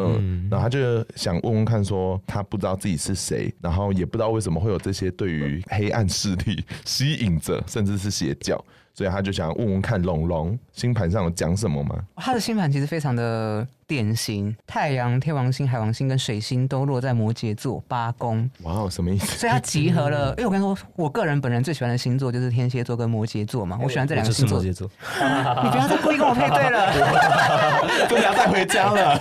D: 嗯，然后他就想问问看，说他不知道自己是谁，然后也不知道为什么会有这些对于黑暗势力吸引着，甚至是邪教，所以他就想问问看龙龙星盘上有讲什么吗？
B: 他的星盘其实非常的典型，太阳、天王星、海王星跟水星都落在摩羯座八宫，
D: 哇哦，什么意思？
B: 所以它集合
A: 嗯
B: 了。因为我跟你说，我个人本人最喜欢的星座就是天蝎座跟摩羯座嘛，我喜欢这两个
A: 就是
B: 星
A: 摩
B: 座。
A: 羯座，
B: 你不要再故意跟我配
A: [LAUGHS]
B: 对了。
D: 真的要带回家了？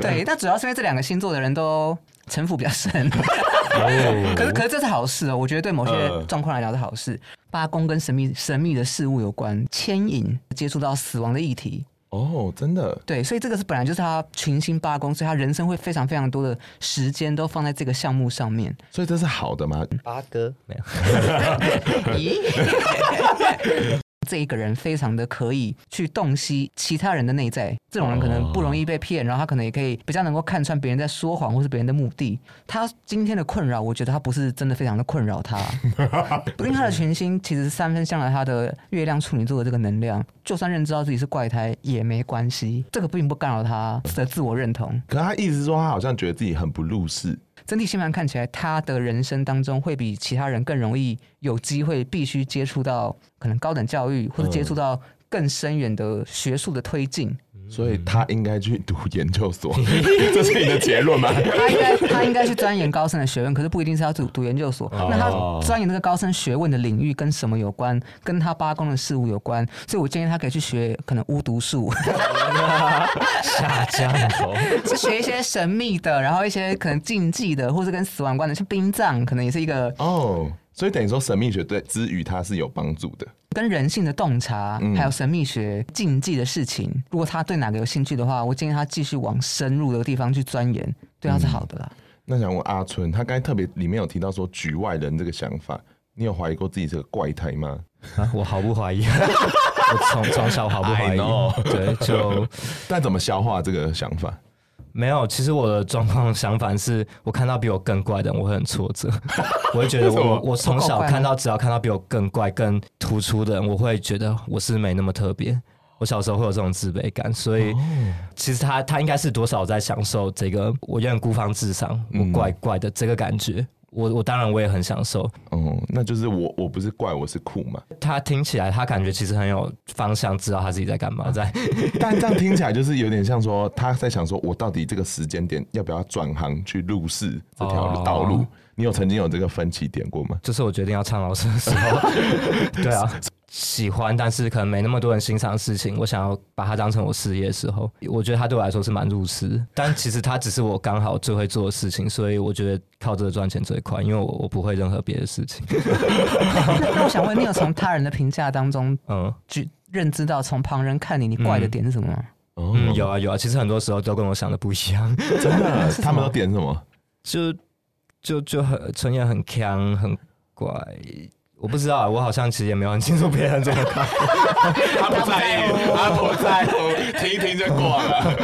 B: 对，但主要是因为这两个星座的人都城府比较深。可是，可是这是好事哦，我觉得对某些
D: 嗯
B: 状况来讲是好事。八宫跟神秘神秘的事物有关，牵引接触到死亡的议题，
D: 哦，真的，
B: 对，所以这个是本来就是他群星八宫，所以他人生会非常非常多的时间都放在这个项目上面。
D: 所以这是好的吗？
A: 八哥没有，
B: 咦， [LAUGHS] 这一个人非常的可以去洞悉其他人的内在，这种人可能不容易被骗，然后他可能也可以比较能够看穿别人在说谎或是别人的目的。他今天的困扰，我觉得他不是真的非常的困扰他，因为他的群星其实是三分像了他的月亮处女座的这个能量，就算认知到自己是怪胎也没关系，这个并不干扰他的自我认同。
D: 可他意思是说，他好像觉得自己很不入世，
B: 整体星盘看起来，他的人生当中会比其他人更容易有机会，必须接触到可能高等教育，或者接触到更深远的学术的推进。
D: 所以他应该去读研究所， [LAUGHS] 这是你的结论吗？
B: 他应该他应该去钻研高深的学问，可是不一定是要读读研究所。那他钻研这个高深学问的领域跟什么有关？跟他八宫的事物有关，所以我建议他可以去学可能巫毒术，
A: 下降头，
B: 去学一些神秘的，然后一些可能禁忌的，或是跟死亡有关的，像殡葬，可能也是一个
D: 哦，所以等于说神秘学对之于它是有帮助的。
B: 跟人性的洞察，还有神秘学禁忌的事情，如果他对哪个有兴趣的话，我建议他继续往深入的地方去钻研，对他是好的啦。
D: 那想问阿春，他刚才特别里面有提到说局外人这个想法，你有怀疑过自己是个怪胎吗？
A: 啊我毫不怀疑， [LAUGHS] 我从从小毫不怀
D: I
A: 疑
D: know，
A: 对，就
D: [LAUGHS] 但怎么消化这个想法？
A: 没有。其实我的状况相反是，我看到比我更怪的人，我会很挫折，我会觉得
D: 为什么
A: 我我从
B: 不够
A: 小
B: 怪吗
A: 看到只要看到比我更怪、更突出的人，我会觉得我是没那么特别。我小时候会有这种自卑感，所以其实他他应该是多少在享受这个我有点孤芳自赏，我怪怪的这个感觉。我我当然我也很享受，
D: 哦，那就是我我不是怪，我是酷
A: [LAUGHS]
D: 嘛。
A: 他听起来他感觉其实很有方向，知道他自己在干嘛，在
D: 但这样听起来就是有点像说他在想说，我到底这个时间点要不要转行去入世这条道路？
A: 哦
D: 你有曾经有这个分歧点过吗？
A: 就是我决定要唱老师的时候， [LAUGHS] 对啊，喜欢，但是可能没那么多人欣赏的事情，我想要把它当成我事业的时候，我觉得它对我来说是蛮入世，但其实它只是我刚好最会做的事情，所以我觉得靠这个赚钱最快，因为我我不会任何别的事情， [LAUGHS]
B: 那那我想问，你有从他人的评价当中
A: 嗯。
B: 去认知到，从旁人看你，你怪的点是什么吗？
D: 哦
A: 嗯，有啊有啊，其实很多时候都跟我想的不一样， [LAUGHS]
D: 真的，他们都点什么？
A: 就就就很陈也很强很怪，我不知道啊，我好像其实也没有很清楚别人怎么看，
D: 他不在乎，他不在乎，停一停就过了。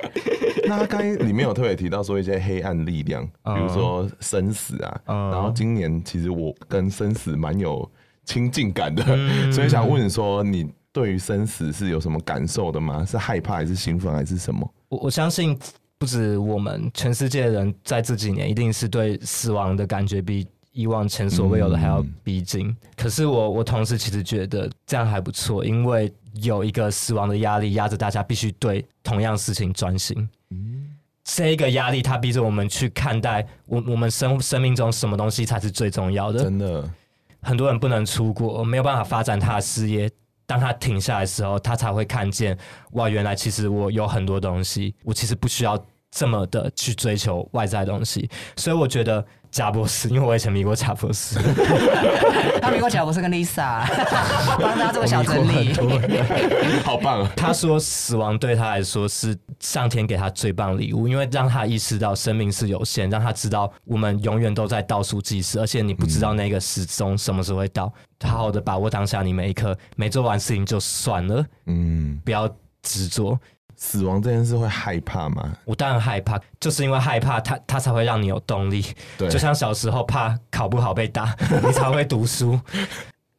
D: [LAUGHS] 那他刚才里面有特别提到说一些黑暗力量，比
A: 嗯
D: 如说生死啊。
A: 嗯
D: 然后今年其实我跟生死蛮有亲近感的，所以想问说你对于生死是有什么感受的吗？是害怕还是兴奋还是什么？
A: 我我相信不止我们，全世界的人在这几年一定是对死亡的感觉比以往前所未有的还要逼近。可是我我同时其实觉得这样还不错，因为有一个死亡的压力压着大家必须对同样事情专心。这个压力，它逼着我们去看待我我们生生命中什么东西才是最重要的。
D: 真的，
A: 很多人不能出国，没有办法发展他的事业。当他停下来的时候，他才会看见哇，原来其实我有很多东西，我其实不需要这么的去追求外在的东西。所以我觉得贾博士，因为我以前迷过贾博士，
B: 他没跟我讲，我是跟 Lisa 啊 [LAUGHS] 帮大家做个小整理。
D: 好棒啊！
A: 他说死亡对他来说是上天给他最棒的礼物，因为让他意识到生命是有限，让他知道我们永远都在倒数计时，而且你不知道那个时钟什么时候会到。好好的把握当下你每一刻，没做完事情就算了，
D: 嗯，
A: 不要执着。
D: 死亡这件事会害怕吗？
A: 我当然害怕，就是因为害怕它，它才会让你有动力。
D: 对，
A: 就像小时候怕考不好被打， [LAUGHS] 你才会读书。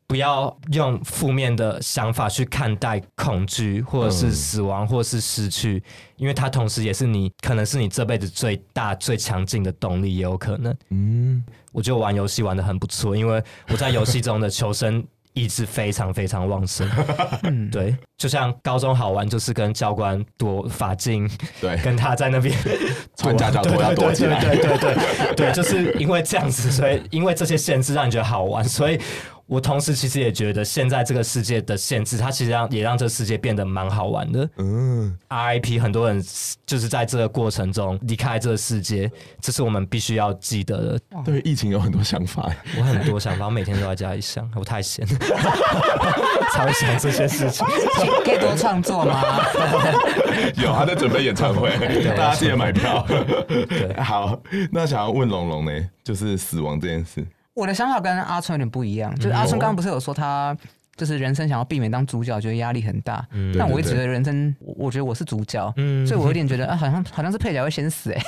A: 不要用负面的想法去看待恐惧，或者是死亡，或是失去，因为它同时也是你，可能是你这辈子最大、最强劲的动力，也有可能。
D: 嗯，
A: 我觉得我玩游戏玩的很不错，因为我在游戏中的求生意志非常非常旺盛。对，就像高中好玩，就是跟教官躲法镜，
D: 对，
A: 跟他在那边
D: [LAUGHS] 穿夹脚拖要躲起
A: [LAUGHS]
D: 来
A: 对对对对对对对，就是因为这样子，所以因为这些限制让你觉得好玩，所以我同时其实也觉得现在这个世界的限制，它其实让也让这个世界变得蛮好玩的。
D: 嗯，
A: RIP，很多人就是在这个过程中离开这个世界，这是我们必须要记得的。
D: 对疫情有很多想法，
A: 我很多想法，我每天都在家里想，我太
D: [LAUGHS]
A: 闲，超想这些事情。
B: 可以多创作吗？
D: [LAUGHS] 有他在准备演唱会， [LAUGHS] 大家记得买票。
A: 对
D: [LAUGHS] 好，那想要问龙龙呢，就是死亡这件事，
B: 我的想法跟阿春有点不一样，就是阿春刚刚不是有说他就是人生想要避免当主角，觉得压力很大。但我一直觉得人生，我我觉得我是主角，所以我有点觉得啊，好像好像是配角会先死哎、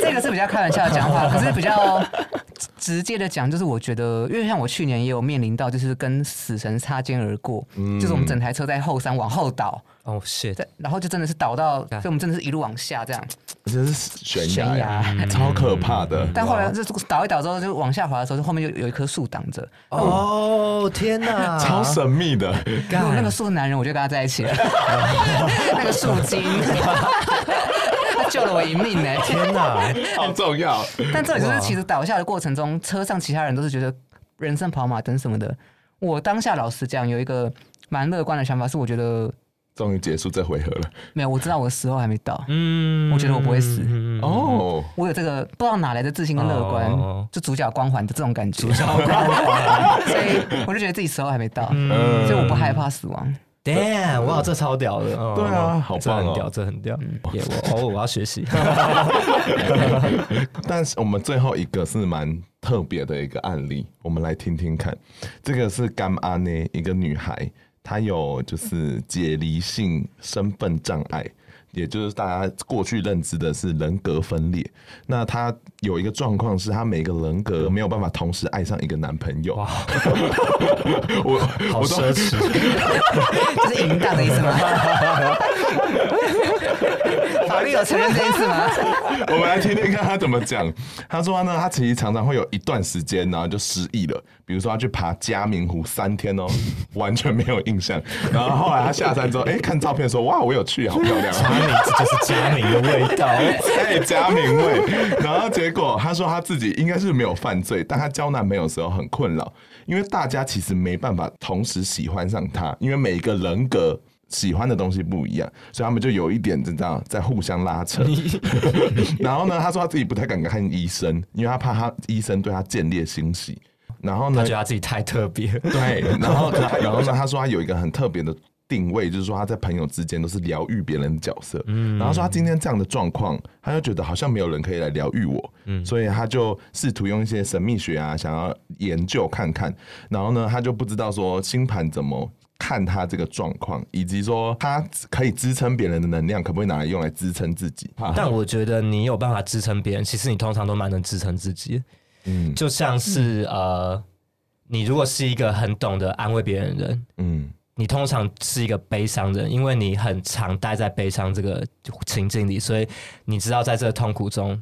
B: 这个是比较开玩笑的讲法，可是比较直接的讲，就是我觉得，因为像我去年也有面临到，就是跟死神擦肩而过，就是我们整台车在后山往后倒，
A: 哦、谢 shit，
B: 在然后就真的是倒到，
A: 啊
B: 所以我们真的是一路往下这样。
D: 而且是悬崖，嗯
B: 悬崖
D: 超可怕的。
B: 但后来这倒一倒之后，就往下滑的时候，就后面就有一棵树挡着。
A: 哦天哪，
D: 超神秘的，
B: 如果那个树的男人，我就跟他在一起 [LAUGHS] 了。那个树 [LAUGHS] 精，他救了我一命呢、
A: 天哪！
D: [LAUGHS] 好重要。
B: 但这里就是，其实倒下的过程中，车上其他人都是觉得人生跑马灯什么的。我当下老实讲，有一个蛮乐观的想法，是我觉得
D: 终于结束这回合了。
B: 没有，我知道我的时候还没到，
A: 嗯
B: 我觉得我不会死
A: 嗯
D: 哦，
B: 我有这个不知道哪来的自信跟乐观
A: 哦，
B: 就主角光环的这种感觉。主角光环， [LAUGHS] 所以我就觉得自己时候还没到，
D: 嗯
B: 所以我不害怕死亡。
A: Damn！哇，这超屌的。哦
D: 对啊好
A: 这
D: 棒哦
A: 很屌，这很屌。也我哦，我要学 [LAUGHS] 习。
D: [LAUGHS] 但是我们最后一个是蛮特别的一个案例，我们来听听看。这个是干阿呢，一个女孩，她有就是解离性身份障碍，也就是大家过去认知的是人格分裂。那她有一个状况是，她每个人格没有办法同时爱上一个男朋友。
A: 哇，
D: [LAUGHS] 我
A: 好
D: 我
A: 奢
D: 都
A: [LAUGHS] 侈。
B: 这是淫荡的意 [LAUGHS] 思吗？法律有承认这件事吗？
D: [LAUGHS] 我们来听听看他怎么讲。他说呢，他其实常常会有一段时间，然后就失忆了。比如说，他去爬嘉明湖三天哦， [LAUGHS] 完全没有印象。然后后来他下山之后，哎、看照片说，哇，我有去，好漂
A: [LAUGHS]
D: 亮、
A: 嘉
D: 啊。
A: 明这就是嘉明的味道。
D: 哎，嘉明味。然后结果他说他自己应该是没有犯罪，但他交男朋友的时候很困扰，因为大家其实没办法同时喜欢上他，因为每一个人格。喜欢的东西不一样，所以他们就有一点知道在互相拉扯。然后呢，他说他自己不太敢看医生，因为他怕他医生对他建立欣喜。然
A: [LAUGHS]
D: 后
A: 他
D: 呢
A: 觉得，他自己太特别。
D: 对， [LAUGHS] 然后可然后呢，他说他有一个很特别的定位，就是说他在朋友之间都是疗愈别人的角色。然后说他今天这样的状况，他就觉得好像没有人可以来疗愈我，所以他就试图用一些神秘学啊，想要研究看看。然后呢，他就不知道说星盘怎么。看他这个状况，以及说他可以支撑别人的能量，可不可以拿来用来支撑自己？
A: [LAUGHS] 但我觉得你有办法支撑别人，其实你通常都蛮能支撑自己。
D: 嗯
A: 就像是呃，你如果是一个很懂得安慰别人的人，
D: 嗯
A: 你通常是一个悲伤人，因为你很常待在悲伤这个情境里，所以你知道在这个痛苦中，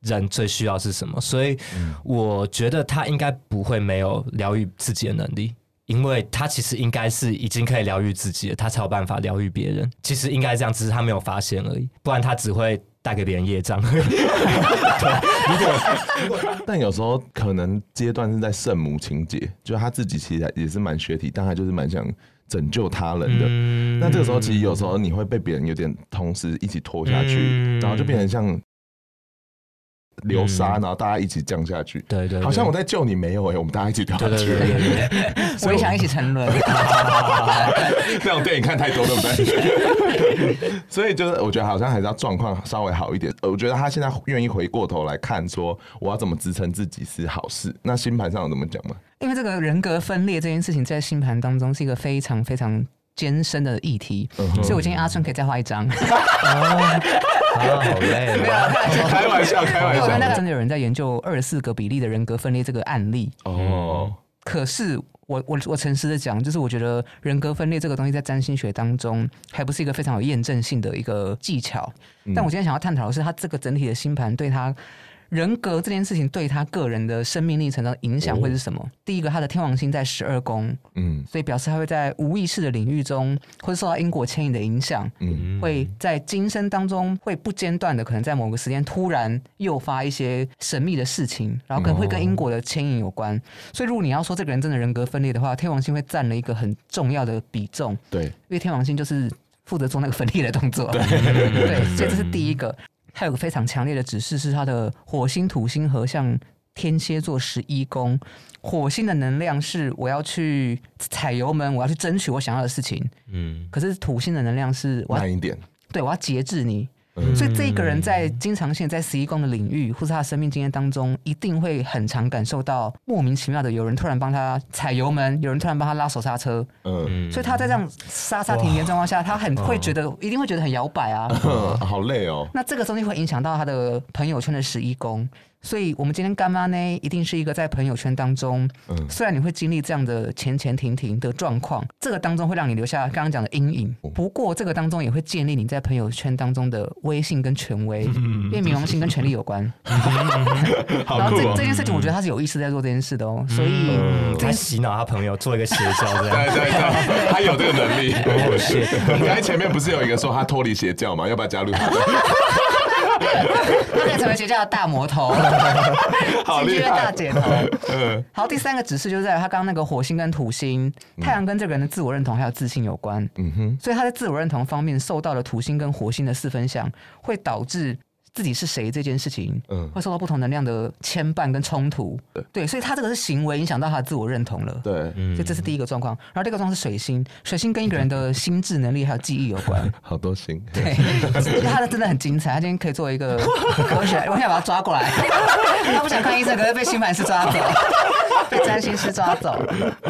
A: 人最需要是什么。所以我觉得他应该不会没有疗愈自己的能力，因为他其实应该是已经可以疗愈自己了，他才有办法疗愈别人。其实应该这样，只是他没有发现而已，不然他只会带给别人业障。 [LAUGHS]
D: 但有时候可能阶段是在圣母情节，就他自己其实也是蛮学体，但他就是蛮想拯救他人的。
A: 嗯
D: 那这个时候其实有时候你会被别人有点同时一起拖下去，
A: 嗯
D: 然后就变成像流沙，
A: 嗯
D: 然后大家一起降下去。
A: 对对对
D: 好像我在救你没有哎、我们大家一起掉
A: 对
D: 下
A: 对
D: 去。
A: 对对对。
B: 我也想一起沉沦。
D: [LAUGHS] 那种电影看太多，对不对？ [LAUGHS] 所以就是我觉得好像还是要状况稍微好一点。呃我觉得他现在愿意回过头来看，说我要怎么支撑自己是好事。那星盘上有怎么讲吗？
B: 因为这个人格分裂这件事情在星盘当中是一个非常非常艰深的议题，所以我建议阿顺可以再画一张。
A: 啊，好累哦。
D: [LAUGHS] 开玩笑，开
B: 因
D: 玩
B: 为我看到
D: 笑。
B: 真的有人在研究二十四个比例的人格分裂这个案例，
D: 哦，
B: 可是我我我诚实的讲，就是我觉得人格分裂这个东西在占星学当中还不是一个非常有验证性的一个技巧。但我今天想要探讨的是，他这个整体的星盘对他人格这件事情对他个人的生命历程的影响会是什么？第一个，他的天王星在十二宫，
D: 嗯
B: 所以表示他会在无意识的领域中，或者受到因果牵引的影响，
D: 嗯
B: 会在今生当中会不间断的，可能在某个时间突然诱发一些神秘的事情，然后可能会跟因果的牵引有关。所以，如果你要说这个人真的人格分裂的话，天王星会占了一个很重要的比重，
D: 对，
B: 因为天王星就是负责做那个分裂的动作。 [LAUGHS] 对，所以这是第一个。还有个非常强烈的指示是他的火星土星合相天蝎座十一宫，火星的能量是我要去踩油门，我要去争取我想要的事情。
A: 嗯，
B: 可是土星的能量是我要
D: 慢一点。
B: 对，我要节制你。
D: 嗯
B: 所以这一个人在经常性在十一宫的领域，或是他的生命经验当中，一定会很常感受到莫名其妙的有人突然帮他踩油门，有人突然帮他拉手刹车。
D: 嗯，
B: 所以他在这样刹刹停停的状况下，他很会觉得，一定会觉得很摇摆
D: [LAUGHS]
B: 啊。
D: 好累哦。
B: 那这个东西会影响到他的朋友圈的十一宫，所以我们今天干妈呢，一定是一个在朋友圈当中，
D: 嗯
B: 虽然你会经历这样的前前停停的状况，这个当中会让你留下刚刚讲的阴影。
D: 哦
B: 不过这个当中也会建立你在朋友圈当中的威信跟权威，因为冥王星跟权力有关。然
D: 嗯 [LAUGHS] 好
B: 后
D: 酷
B: 这
D: 哦
B: 这。件事情，我觉得他是有意识在做这件事的哦，所
A: 嗯
B: 以这
D: 嗯
A: 他
B: 件
A: 洗脑他朋友做一个邪教这 [LAUGHS]
D: 对
A: 样。
D: 对对，他有这个能力。
A: 我
D: [LAUGHS]
A: 去，
D: 刚才前面不是有一个说他脱离邪教吗？要不要加入他？
B: 他在成为学校的大魔头，
D: [LAUGHS] [LAUGHS] 好
B: 进
D: 厉
B: 阶
D: 害
B: 大姐头。好，第三个指示就是在于他刚刚那个火星跟土星，太阳跟这个人的自我认同还有自信有关，
D: 嗯哼，
B: 所以他在自我认同方面受到了土星跟火星的四分相，会导致。自己是谁这件事情，
D: 嗯
B: 会受到不同能量的牵绊跟冲突，对，所以他这个是行为影响到他的自我认同了，
D: 对，嗯
B: 所以这是第一个状况。然后第二个状况是水星，水星跟一个人的心智能力还有记忆有
D: [LAUGHS]
B: 关，
D: 好多星。
B: 对，因为他的真的很精彩，他今天可以做一个科学，我想把他抓过来。 [LAUGHS] 他不想看医生，可是被星盘师抓走，被占星师抓走。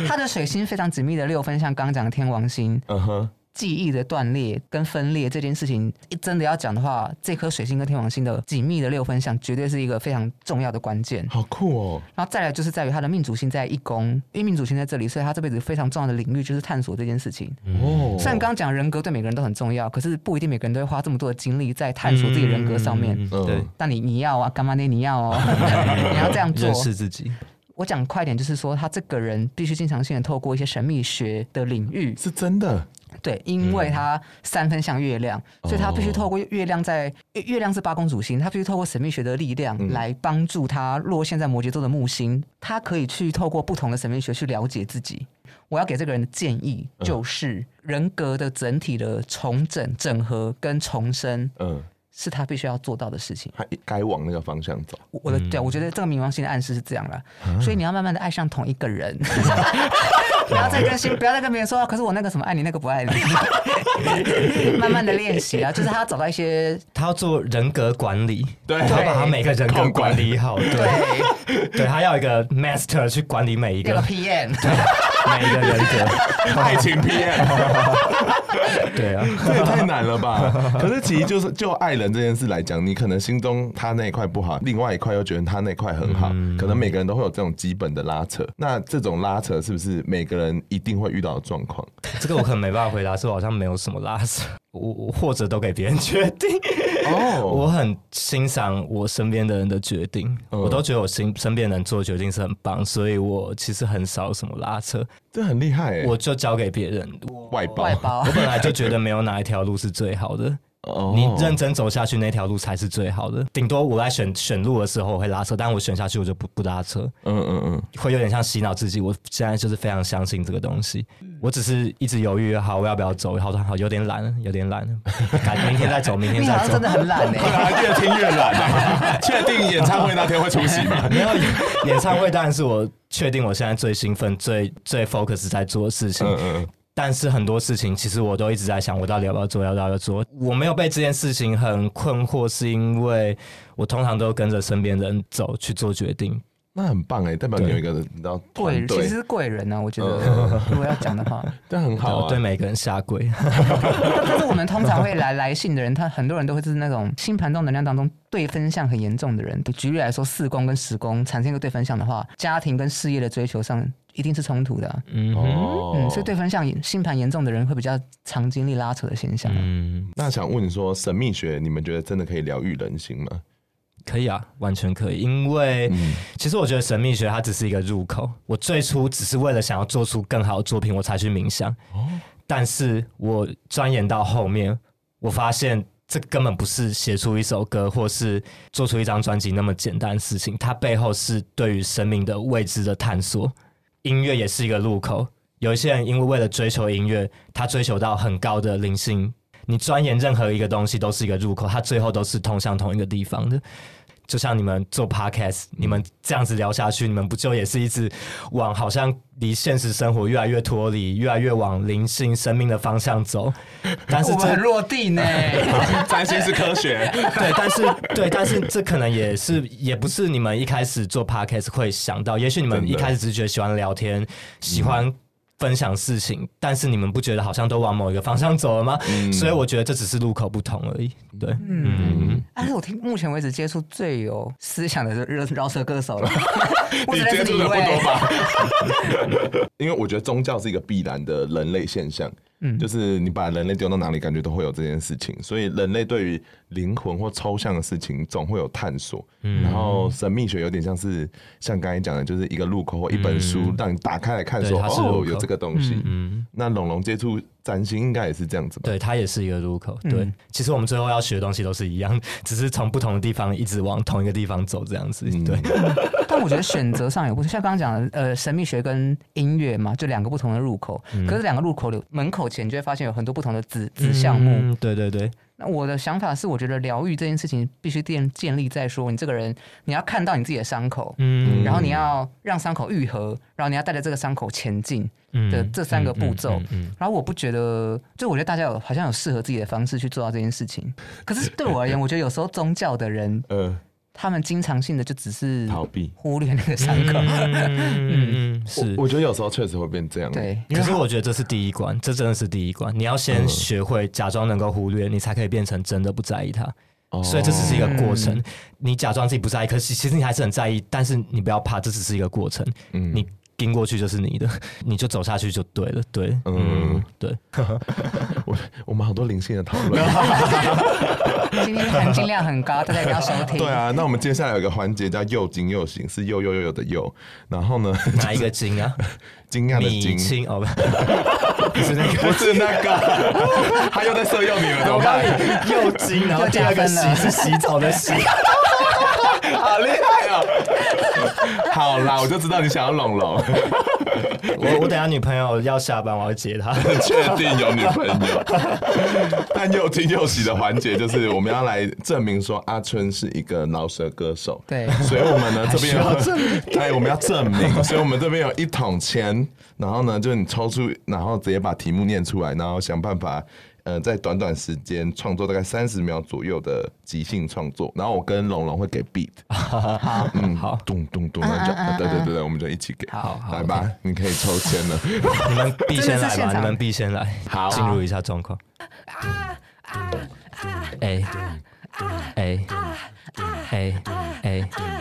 B: 他的水星非常紧密的六分，像刚刚讲的天王星。
D: 嗯哼，
B: 记忆的断裂跟分裂这件事情，真的要讲的话，这颗水星跟天王星的紧密的六分相，绝对是一个非常重要的关键。
D: 好酷哦。
B: 然后再来就是在于他的命主星在一宫，因为命主星在这里，所以他这辈子非常重要的领域就是探索这件事情。
D: 哦，
B: 虽然刚刚讲人格对每个人都很重要，可是不一定每个人都会花这么多的精力在探索自己人格上面。
A: 嗯
D: 嗯
A: 对，
B: 但你你要啊，干嘛呢？你
A: [LAUGHS]
B: 要哦，你要这样做
A: 认。识自己。
B: 我讲快点，就是说他这个人必须经常性的透过一些神秘学的领域，
D: 是真的。
B: 对，因为他三分像月亮，所以他必须透过月亮在月月亮是八宫主星，他必须透过神秘学的力量来帮助他落陷在摩羯座的木星，他可以去透过不同的神秘学去了解自己。我要给这个人的建议就是，人格的整体的重整、整合跟重生
D: 嗯，
B: 是他必须要做到的事情。
D: 他该往那个方向走。
B: 我我的对，我觉得这个冥王星的暗示是这样啦，所以你要慢慢的爱上同一个人， [LAUGHS] 不要再跟新，不要再跟别人说，啊可是我那个什么爱你，那 [LAUGHS] 个不爱你，慢慢的练习啊，就是他找到一些
A: 他要做人格管理，
D: 对
A: 他要把他每个人格
D: 控管
A: 管理好，对，对他要有一个 master 去管理每一
B: 那个
A: 个，
B: PM，
A: [LAUGHS] 每一个人格。
D: [LAUGHS]
A: [LAUGHS]
D: 爱情片。 [LAUGHS]
A: 对啊，
D: 这也太难了吧！可是其实就是就爱人这件事来讲，你可能心中他那一块不好，另外一块又觉得他那块很好，可能每个人都会有这种基本的拉扯。那这种拉扯是不是每个人一定会遇到的状况？
A: 这个我可能没办法回答，是我好像没有什么拉扯， [LAUGHS] 我我或者都给别人决定。我
D: 哦，
A: 很欣赏我身边的人的决定，
D: 嗯
A: 我都觉得我身身边的人做的决定是很棒，所以我其实很少什么拉扯，
D: 这很厉害哎！
A: 我就交给别人。
D: 外包
B: [LAUGHS] 外
A: [LAUGHS]
B: 包
A: 我。本来就觉得没有哪一条路是最好的，
D: 哦
A: 你认真走下去那条路才是最好的。顶多我在选选路的时候我会拉扯，但我选下去我就不不拉扯，
D: 嗯嗯嗯，
A: 会有点像洗脑自己。我现在就是非常相信这个东西，我只是一直犹豫，好我要不要走？好，好，有点懒了，有点懒了，赶明天再走，明天
B: 你
A: 再
B: 好像
A: 走
B: 真。的很懒哎、
D: 对啊，越听越懒。 [LAUGHS] 确定演唱会那天会出席吗？
A: 没有演唱会当然是我确定我现在最兴奋、最最 focus 在做的事情，
D: 嗯嗯
A: 但是很多事情其实我都一直在想，我到底要不要做，要不要做。我没有被这件事情很困惑，是因为我通常都跟着身边人走去做决定。
D: 那很棒哎，代表你有一个你知道团
B: 贵人其
D: 队，
B: 实是贵人啊呢、我觉
D: 嗯
B: 得 [LAUGHS] 如果要讲的话，
D: 这很
A: 然
D: 好
A: 后
D: 啊。
A: 对每个人下跪，
B: 但是我们通常会来来信的人，他很多人都会是那种星盘中能量当中对分项很严重的人。举例来说，四宫跟十宫产生一个对分项的话，家庭跟事业的追求上一定是冲突的啊、
A: 嗯哼，
D: 哦
B: 嗯，所以对分项星盘严重的人会比较常经历拉扯的现象。
A: 嗯，
D: 那想问说，神秘学你们觉得真的可以疗愈人心吗？
A: 可以啊，完全可以，因为。
D: 嗯，
A: 其实我觉得神秘学它只是一个入口。我最初只是为了想要做出更好的作品，我才去冥想。但是我钻研到后面，我发现这根本不是写出一首歌或是做出一张专辑那么简单的事情，它背后是对于生命的未知的探索。音乐也是一个入口。有一些人因为为了追求音乐，他追求到很高的灵性。你钻研任何一个东西都是一个入口，它最后都是通向同一个地方的。就像你们做 podcast，你
B: 嗯
A: 们这样子聊下去，你们不就也是一直往好像离现实生活越来越脱离，越来越往灵性生命的方向
B: [LAUGHS]
A: 走？但是
B: 我们
A: 这
B: 很落地呢，
D: 占星是科学，
A: 对，但是对，但是这可能也是也不是你们一开始做 podcast 会想到，也许你们
D: 真的
A: 一开始只是觉得喜欢聊天，喜欢分享事情，但是你们不觉得好像都往某一个方向走了吗？所以我觉得这只是路口不同而已。对，嗯，
B: [LAUGHS] 但是我听目前为止接触最有思想的就是饶舌
D: [LAUGHS]
B: 歌手了，我
D: 你
B: 只认
D: 接触
B: 识你一
D: 的不多
B: 位。
D: 吧？ [LAUGHS] 因为我觉得宗教是一个必然的人类现象，嗯，就是你把人类丢到哪里，感觉都会有这件事情。所以人类对于灵魂或抽象的事情，总会有探索。
A: 嗯
D: 然后神秘学有点像是像刚才讲的，就是一个入口或一本书，让你打开来看
A: 嗯对
D: 说，
A: 它是入
D: 哦
A: 口，嗯
D: 有这个东西。那龙龙接触占星应该也是这样子吧？
A: 对，它也是一个入口。对，其实我们最后要学的东西都是一样，只是从不同的地方一直往同一个地方走，这样子。对，
B: [LAUGHS]
D: 嗯
B: 但我觉得选择上有不同，像刚刚讲的，呃，神秘学跟音乐嘛，就两个不同的入口。
D: 嗯
B: 可是两个入口的门口前，你就会发现有很多不同的子子项目。
A: 嗯，对对对，
B: 那我的想法是，我觉得疗愈这件事情必须建建立在说，你这个人你要看到你自己的伤口，
A: 嗯
B: 然后你要让伤口愈合，然后你要带着这个伤口前进
A: 嗯
B: 的这三个步骤。然后我不觉得，就我觉得大家有好像有适合自己的方式去做到这件事情。可是对我而言，我觉得有时候宗教的人，
D: 呃，
B: 他们经常性的就只是
D: 逃避。
B: 忽略那个伤口。
A: 嗯嗯嗯，是
D: 我。我觉得有时候确实会变这样。
B: [LAUGHS] 对，
A: 可是我觉得这是第一关，这真的是第一关。你要
D: 嗯
A: 先学会假装能够忽略，你才可以变成真的不在意它。
D: 哦，嗯
A: 所以这只是一个过程。你假装自己不在意，可是其实你还是很在意。但是你不要怕，这只是一个过程。
D: 嗯
A: 你跟过去就是你的， [LAUGHS] 你就走下去就对了。对，
D: 嗯
A: 嗯，
D: [LAUGHS]
A: 对，
D: 我我们好多灵性的
A: [LAUGHS]
D: 讨论。
A: 啊
B: 今天含金量很高，大家一定要收听。
D: 对啊，那我们接下来有一个环节叫“又惊又醒”，是又又又又的又，然后呢， [LAUGHS]
A: 哪一个金啊？
D: 惊讶的
A: 米
D: 惊，
A: 青哦，不不是那
D: [LAUGHS] 不
A: 个。
D: 是那个， [LAUGHS] 他又在色诱你了，怎么办？
A: 又金，然后
B: 又
A: 第
B: 加
A: 二个
B: 分
A: 洗
B: 了
A: 是洗澡的洗，
D: 好厉害哦！ [LAUGHS] 好啦，我就知道你想要龙龙，
A: 我我等下女朋友要下班，我要接她。
D: [LAUGHS] 确定有女朋友。 [LAUGHS] 但又惊又喜的环节就是我们要来证明说阿春是一个饶舌歌手。
B: 对
D: 所以我们呢这边
A: 还需要
D: 有， [LAUGHS] 对，我们要证明，所以我们这边有一桶钱，然后呢，就你抽出，然后直接把题目念出来，然后想办法呃，在短短时间创作大概三十秒左右的即兴创作，然后我跟龙龙会给 beat，嗯
A: 好，好，
D: 咚咚咚，然后就啊对对对对，我们就一起给，
B: 好
A: 好
D: 来吧，你可以抽签了，
A: 你们必
B: 真
A: 先
B: 的
A: 来
B: 是现
A: 吧，
B: 场
A: 你们必先来，
D: 好
A: 进入一下状况。哎哎哎哎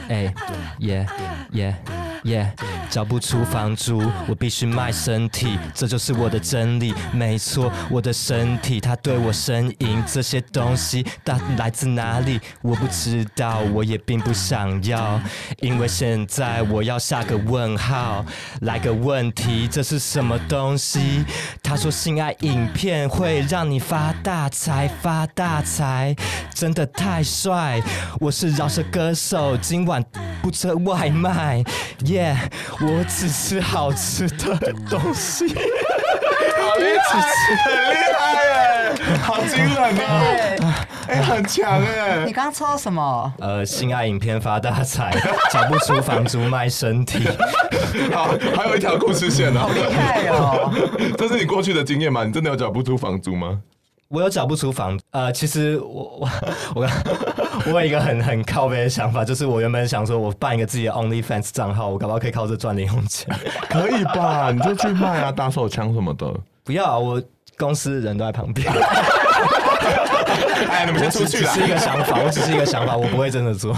A: 哎耶耶耶！交不出房租，我必须卖身体，这就是我的真理。没错，我的身体它对我呻吟，这些东西到底来自哪里？我不知道，我也并不想要，因为现在我要下个问号，来个问题，这是什么东西？他说性爱影片会让你发大财，发大财，真的太帅！我是饶舌歌手，今晚不吃外卖，耶、我只吃好吃的东西。
D: 很厉害哎，好惊人哦，哎，很强哎
B: 你，刚刚抽到什么？
A: 呃，性爱影片发大财，缴不出房租卖身体。
D: 好，还有一条故事线呢，
B: 哎厉害哦！
D: [LAUGHS] 这是你过去的经验吗？你真的有缴不出房租吗？
A: 我有缴不出房，呃，其实我 [LAUGHS] 我我我有一个很很靠背的想法，就是我原本想说，我办一个自己的 OnlyFans 账号，我搞不好可以靠这赚零用钱。 [LAUGHS]
D: 可以吧，你就去卖啊，打手枪什么的。
A: 不要啊，我公司人都在旁
D: [LAUGHS]
A: 边，
D: 哎，你们
A: 我只
D: 先出
A: 只
D: 去啦
A: 是。一个想法，我只是一个想法，我不会真的
D: [LAUGHS]
A: 做。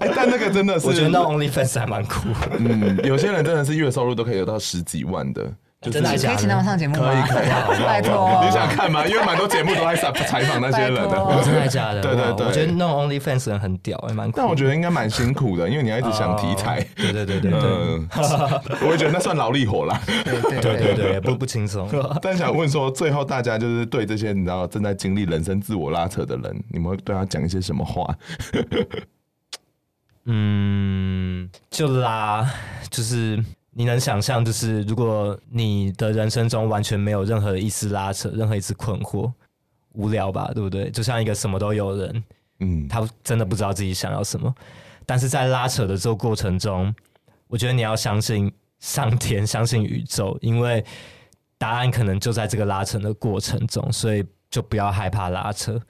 D: 哎，但那个真的是，
A: 我觉得那 OnlyFans 还蛮酷，
D: 嗯，有些人真的是月收入都可以有到十几万的，就是
A: 真的
B: 你可
A: 假
B: 以
A: 的
B: 请他们上节目吗？
A: 可以可以好不好
B: 拜托，哦
D: 你想看吗？因为蛮多节目都在采采访那些人
B: 拜托
D: 的。
A: 哦真的假的？
D: 对对对
A: 我觉得那种 OnlyFans 人很屌，欸还蛮酷。
D: 但我觉得应该蛮辛苦的，因为你要一直想题材
A: 哦。对对对对对
D: 嗯，
A: [LAUGHS]
D: 我也觉得那算劳力活啦。 [LAUGHS]
B: 对对
A: 对对对，不不轻松。
D: 但想问说，最后大家就是对这些你知道正在经历人生自我拉扯的人，你们会对他讲一些什么话？
A: 嗯，就啦， [LAUGHS] 就是你能想象，就是如果你的人生中完全没有任何一丝拉扯，任何一丝困惑，无聊吧，对不对？就像一个什么都有的人，
D: 嗯，
A: 他真的不知道自己想要什么，但是在拉扯的这个过程中，我觉得你要相信上天，相信宇宙，因为答案可能就在这个拉扯的过程中，所以就不要害怕拉扯，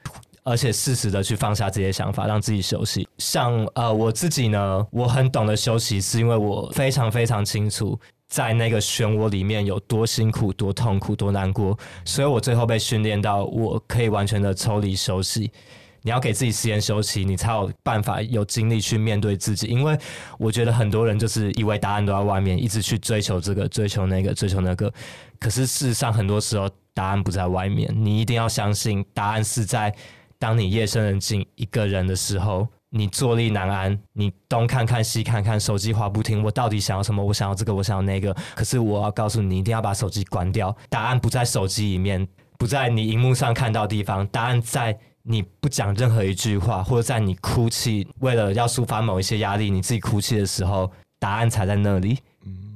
A: 而且适时的去放下这些想法，让自己休息。像呃我自己呢，我很懂得休息，是因为我非常非常清楚。在那个漩涡里面有多辛苦、多痛苦、多难过，所以我最后被训练到，我可以完全的抽离休息，你要给自己时间休息，你才有办法有精力去面对自己。因为我觉得很多人就是以为答案都在外面，一直去追求这个、追求那个、追求那个。可是事实上，很多时候答案不在外面，你一定要相信，答案是在当你夜深人静一个人的时候。你坐立难安，你东看看西看看，手机滑不停。我到底想要什么？我想要这个，我想要那个。可是我要告诉你，一定要把手机关掉。答案不在手机里面，不在你荧幕上看到的地方，答案在你不讲任何一句话，或者在你哭泣，为了要抒发某一些压力，你自己哭泣的时候，答案才在那里。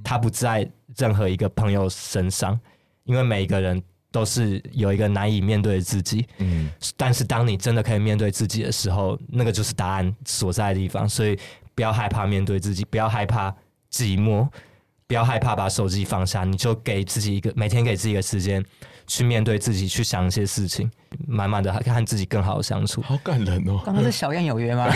A: 它不在任何一个朋友身上，因为每一个人都是有一个难以面对的自己。
D: 嗯，
A: 但是当你真的可以面对自己的时候，那个就是答案所在的地方。所以不要害怕面对自己，不要害怕寂寞，不要害怕把手机放下，你就给自己一个每天给自己一个时间去面对自己，去想一些事情，慢慢的和自己更好的相处。
D: 好感人哦。
B: 刚刚是小燕有约吗？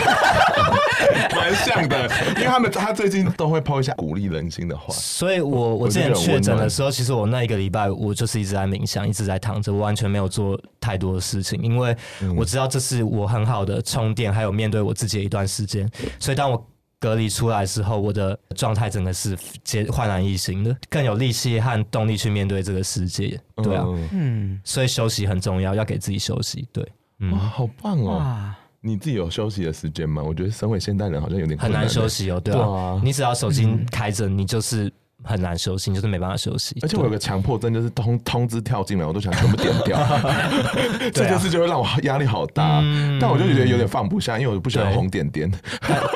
D: 蛮像
A: [LAUGHS]
D: 的，因为他们他最近都会抛一下鼓励人心的话。
A: 所以我我之前确诊的时候，其实我那一个礼拜我就是一直在冥想，一直在躺着，我完全没有做太多的事情，因为我知道这是我很好的充电，还有面对我自己的一段时间。所以当我隔离出来之后，我的状态整个是皆焕然一新的，更有力气和动力去面对这个世界。对啊，
D: 嗯
B: 嗯，
A: 所以休息很重要，要给自己休息。对，
D: 哇，
A: 嗯，
D: 好棒哦！
B: 哇，
D: 你自己有休息的时间吗？我觉得身为现代人好像有点
A: 很
D: 困
A: 难
D: 难
A: 休。息哦，对
D: 对
A: 啊
D: 啊，
A: 你只要手机开着，你就是很难休息，你就是没办法休息。
D: 而且我有个强迫症，就是通通知跳进来，我都想全部点
A: [LAUGHS]
D: 掉。
A: 啊
D: [LAUGHS] 这件事就会让我压力好大，但我就觉得有点放不下，因为我不喜欢
A: 嗯对
D: 红点点，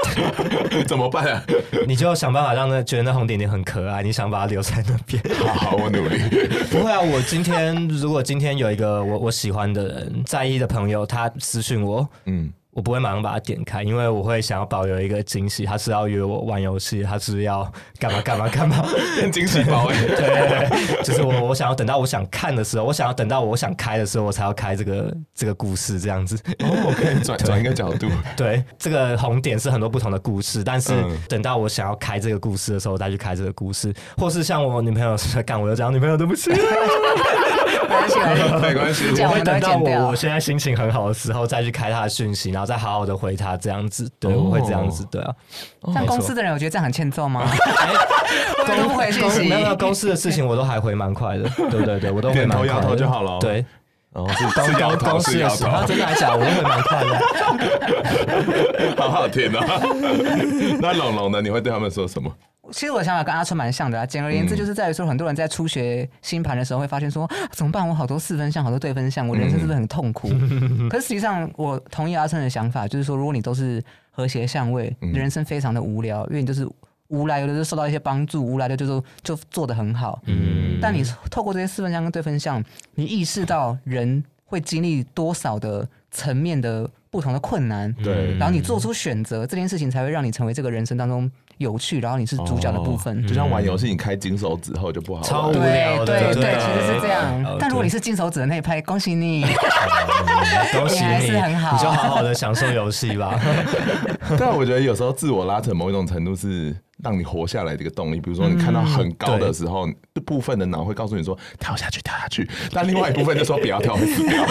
D: [LAUGHS] 怎么办啊？
A: 你就想办法让那觉得那红点点很可爱，你想把它留在那边。
D: 好好，我努力。 [LAUGHS]
A: 不会啊，我今天如果今天有一个我我喜欢的人在意的朋友，他私讯我，
D: 嗯，
A: 我不会马上把它点开，因为我会想要保留一个惊喜。他是要约我玩游戏，他是要干嘛干嘛干嘛？ [LAUGHS]
D: 变惊喜包哎、
A: 对对，对就是我我想要等到我想看的时候，我想要等到我想开的时候，我才要开这个这个故事这样子。
D: 哦，我可以转转一个角 [LAUGHS] 度，
A: 对，这个红点是很多不同的故事，但是
D: 嗯
A: 等到我想要开这个故事的时候，我再去开这个故事，或是像我女朋友说，干我又讲女朋友，对不
B: [LAUGHS]
A: 起，
B: 而
A: 哦
B: 且
D: 没关系
B: 这样
A: 我
B: 我
A: 会
B: 们都
A: 等到
B: 会剪
A: 我
B: 掉
A: 我。现在心情很好的时候再去开她的讯息，然后再好好的回她这样子，对，我会这样
D: 哦
A: 子，
B: [LAUGHS]
A: 对啊。
B: 像公司的人，我觉得这样很欠揍吗？我们都不回信
A: 公
B: 息
A: 没有没有公司的事情我都还回蛮快的，对对对，我都回
D: 点
A: 蛮
D: 头
A: 快
D: 摇头
A: 的
D: 就好了哦
A: 对，
D: 哦，是是摇头
A: 公
D: 是
A: 司的
D: 摇
A: 时
D: 头，
A: 候真的还假的，我都回蛮快的。
D: [LAUGHS] 好好听啊哦。那龙龙呢？你会对他们说什么？
B: 其实我的想法跟阿春蛮像的啊。简而言之，就是在于说，很多人在初学星盘的时候，会发现说、啊怎么办？我好多四分相，好多对分相，我人生是不是很痛苦？可是实际上，我同意阿春的想法，就是说，如果你都是和谐相位，人生非常的无聊，因为你就是无来由的就受到一些帮助，无来的就是就做得很好。嗯，但你透过这些四分相跟对分相，你意识到人会经历多少的层面的不同的困难，
D: 对
B: 然
A: 嗯
B: 后你做出选择，这件事情才会让你成为这个人生当中有趣，然后你是主角的部分。
D: 哦就像玩游戏，你开金手指后就不好玩
A: 超无
B: 对
A: 聊的
B: 对
A: 对
B: 对，
A: 对
B: 其实是这
A: 哦
B: 样。但如果
A: 对
B: 你是金手指的那一派，恭喜你。
D: 嗯 [LAUGHS]
A: 恭喜
B: 你还
A: 你，
B: 是很好啊
A: 你就好好的享受游戏吧。
D: [LAUGHS] 但我觉得有时候自我拉扯某一种程度是让你活下来的一个动力。比如说你看到很高的时候，这部分的脑会告诉你说跳下去，跳下去，但另外一部分就说不要跳，
A: [LAUGHS]
D: 会死掉。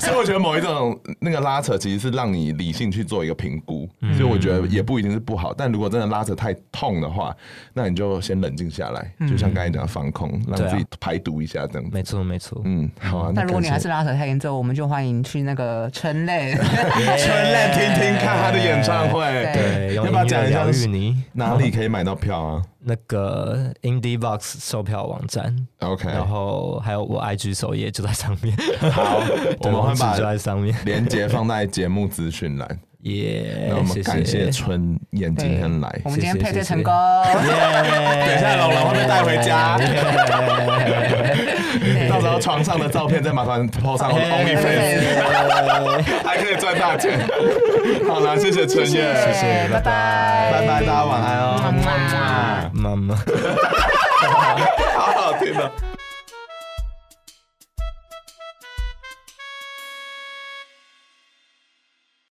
D: 所以我觉得某一种那个拉扯其实是让你理性去做一个评估，
A: 嗯
D: 所以我觉得也不一定是不好。但如果真的拉扯太痛的话，那你就先冷静下来，
A: 嗯
D: 就像刚才讲的放空，让自己排毒一下这样子。
A: 没错没
D: [LAUGHS]
A: 错，
D: 嗯，好啊。那
B: 但如果你
D: 感
B: 还 [LAUGHS]
D: 谢
B: 是拉扯太严重，我们就欢迎去那个春类。
D: 春来听听看他的演唱会， [LAUGHS]
A: 对，用
D: 要不要
A: 音
D: 讲
A: 乐
D: 一下
A: 疗愈你。
D: 哪里可以买到票啊
A: 那个 Indie Box 售票网站，
D: ？OK，
A: 然后还有我 IG 首页就在上
D: [LAUGHS]
A: 面，
D: 好，我
A: 对
D: 们会
A: 网址就
D: 把
A: 在上面。
D: 链接放在节目资讯栏。
B: 哎
A: 耶，
D: 那我们感谢
A: 谢
D: 春燕今天来，
B: 我们今天配对成功。
D: [LAUGHS]
A: 等
D: 一下龙龙会被带回家 [LAUGHS]
B: 哎
D: 到时候床上的照片再麻烦 po 上 OnlyFans，还
B: 哎
D: 可以赚大钱。好啦，谢谢春燕，
B: 谢谢，拜拜，
D: 拜哦拜，大家晚安
B: 么么
D: 哦，
A: 妈妈。
D: 好好听的。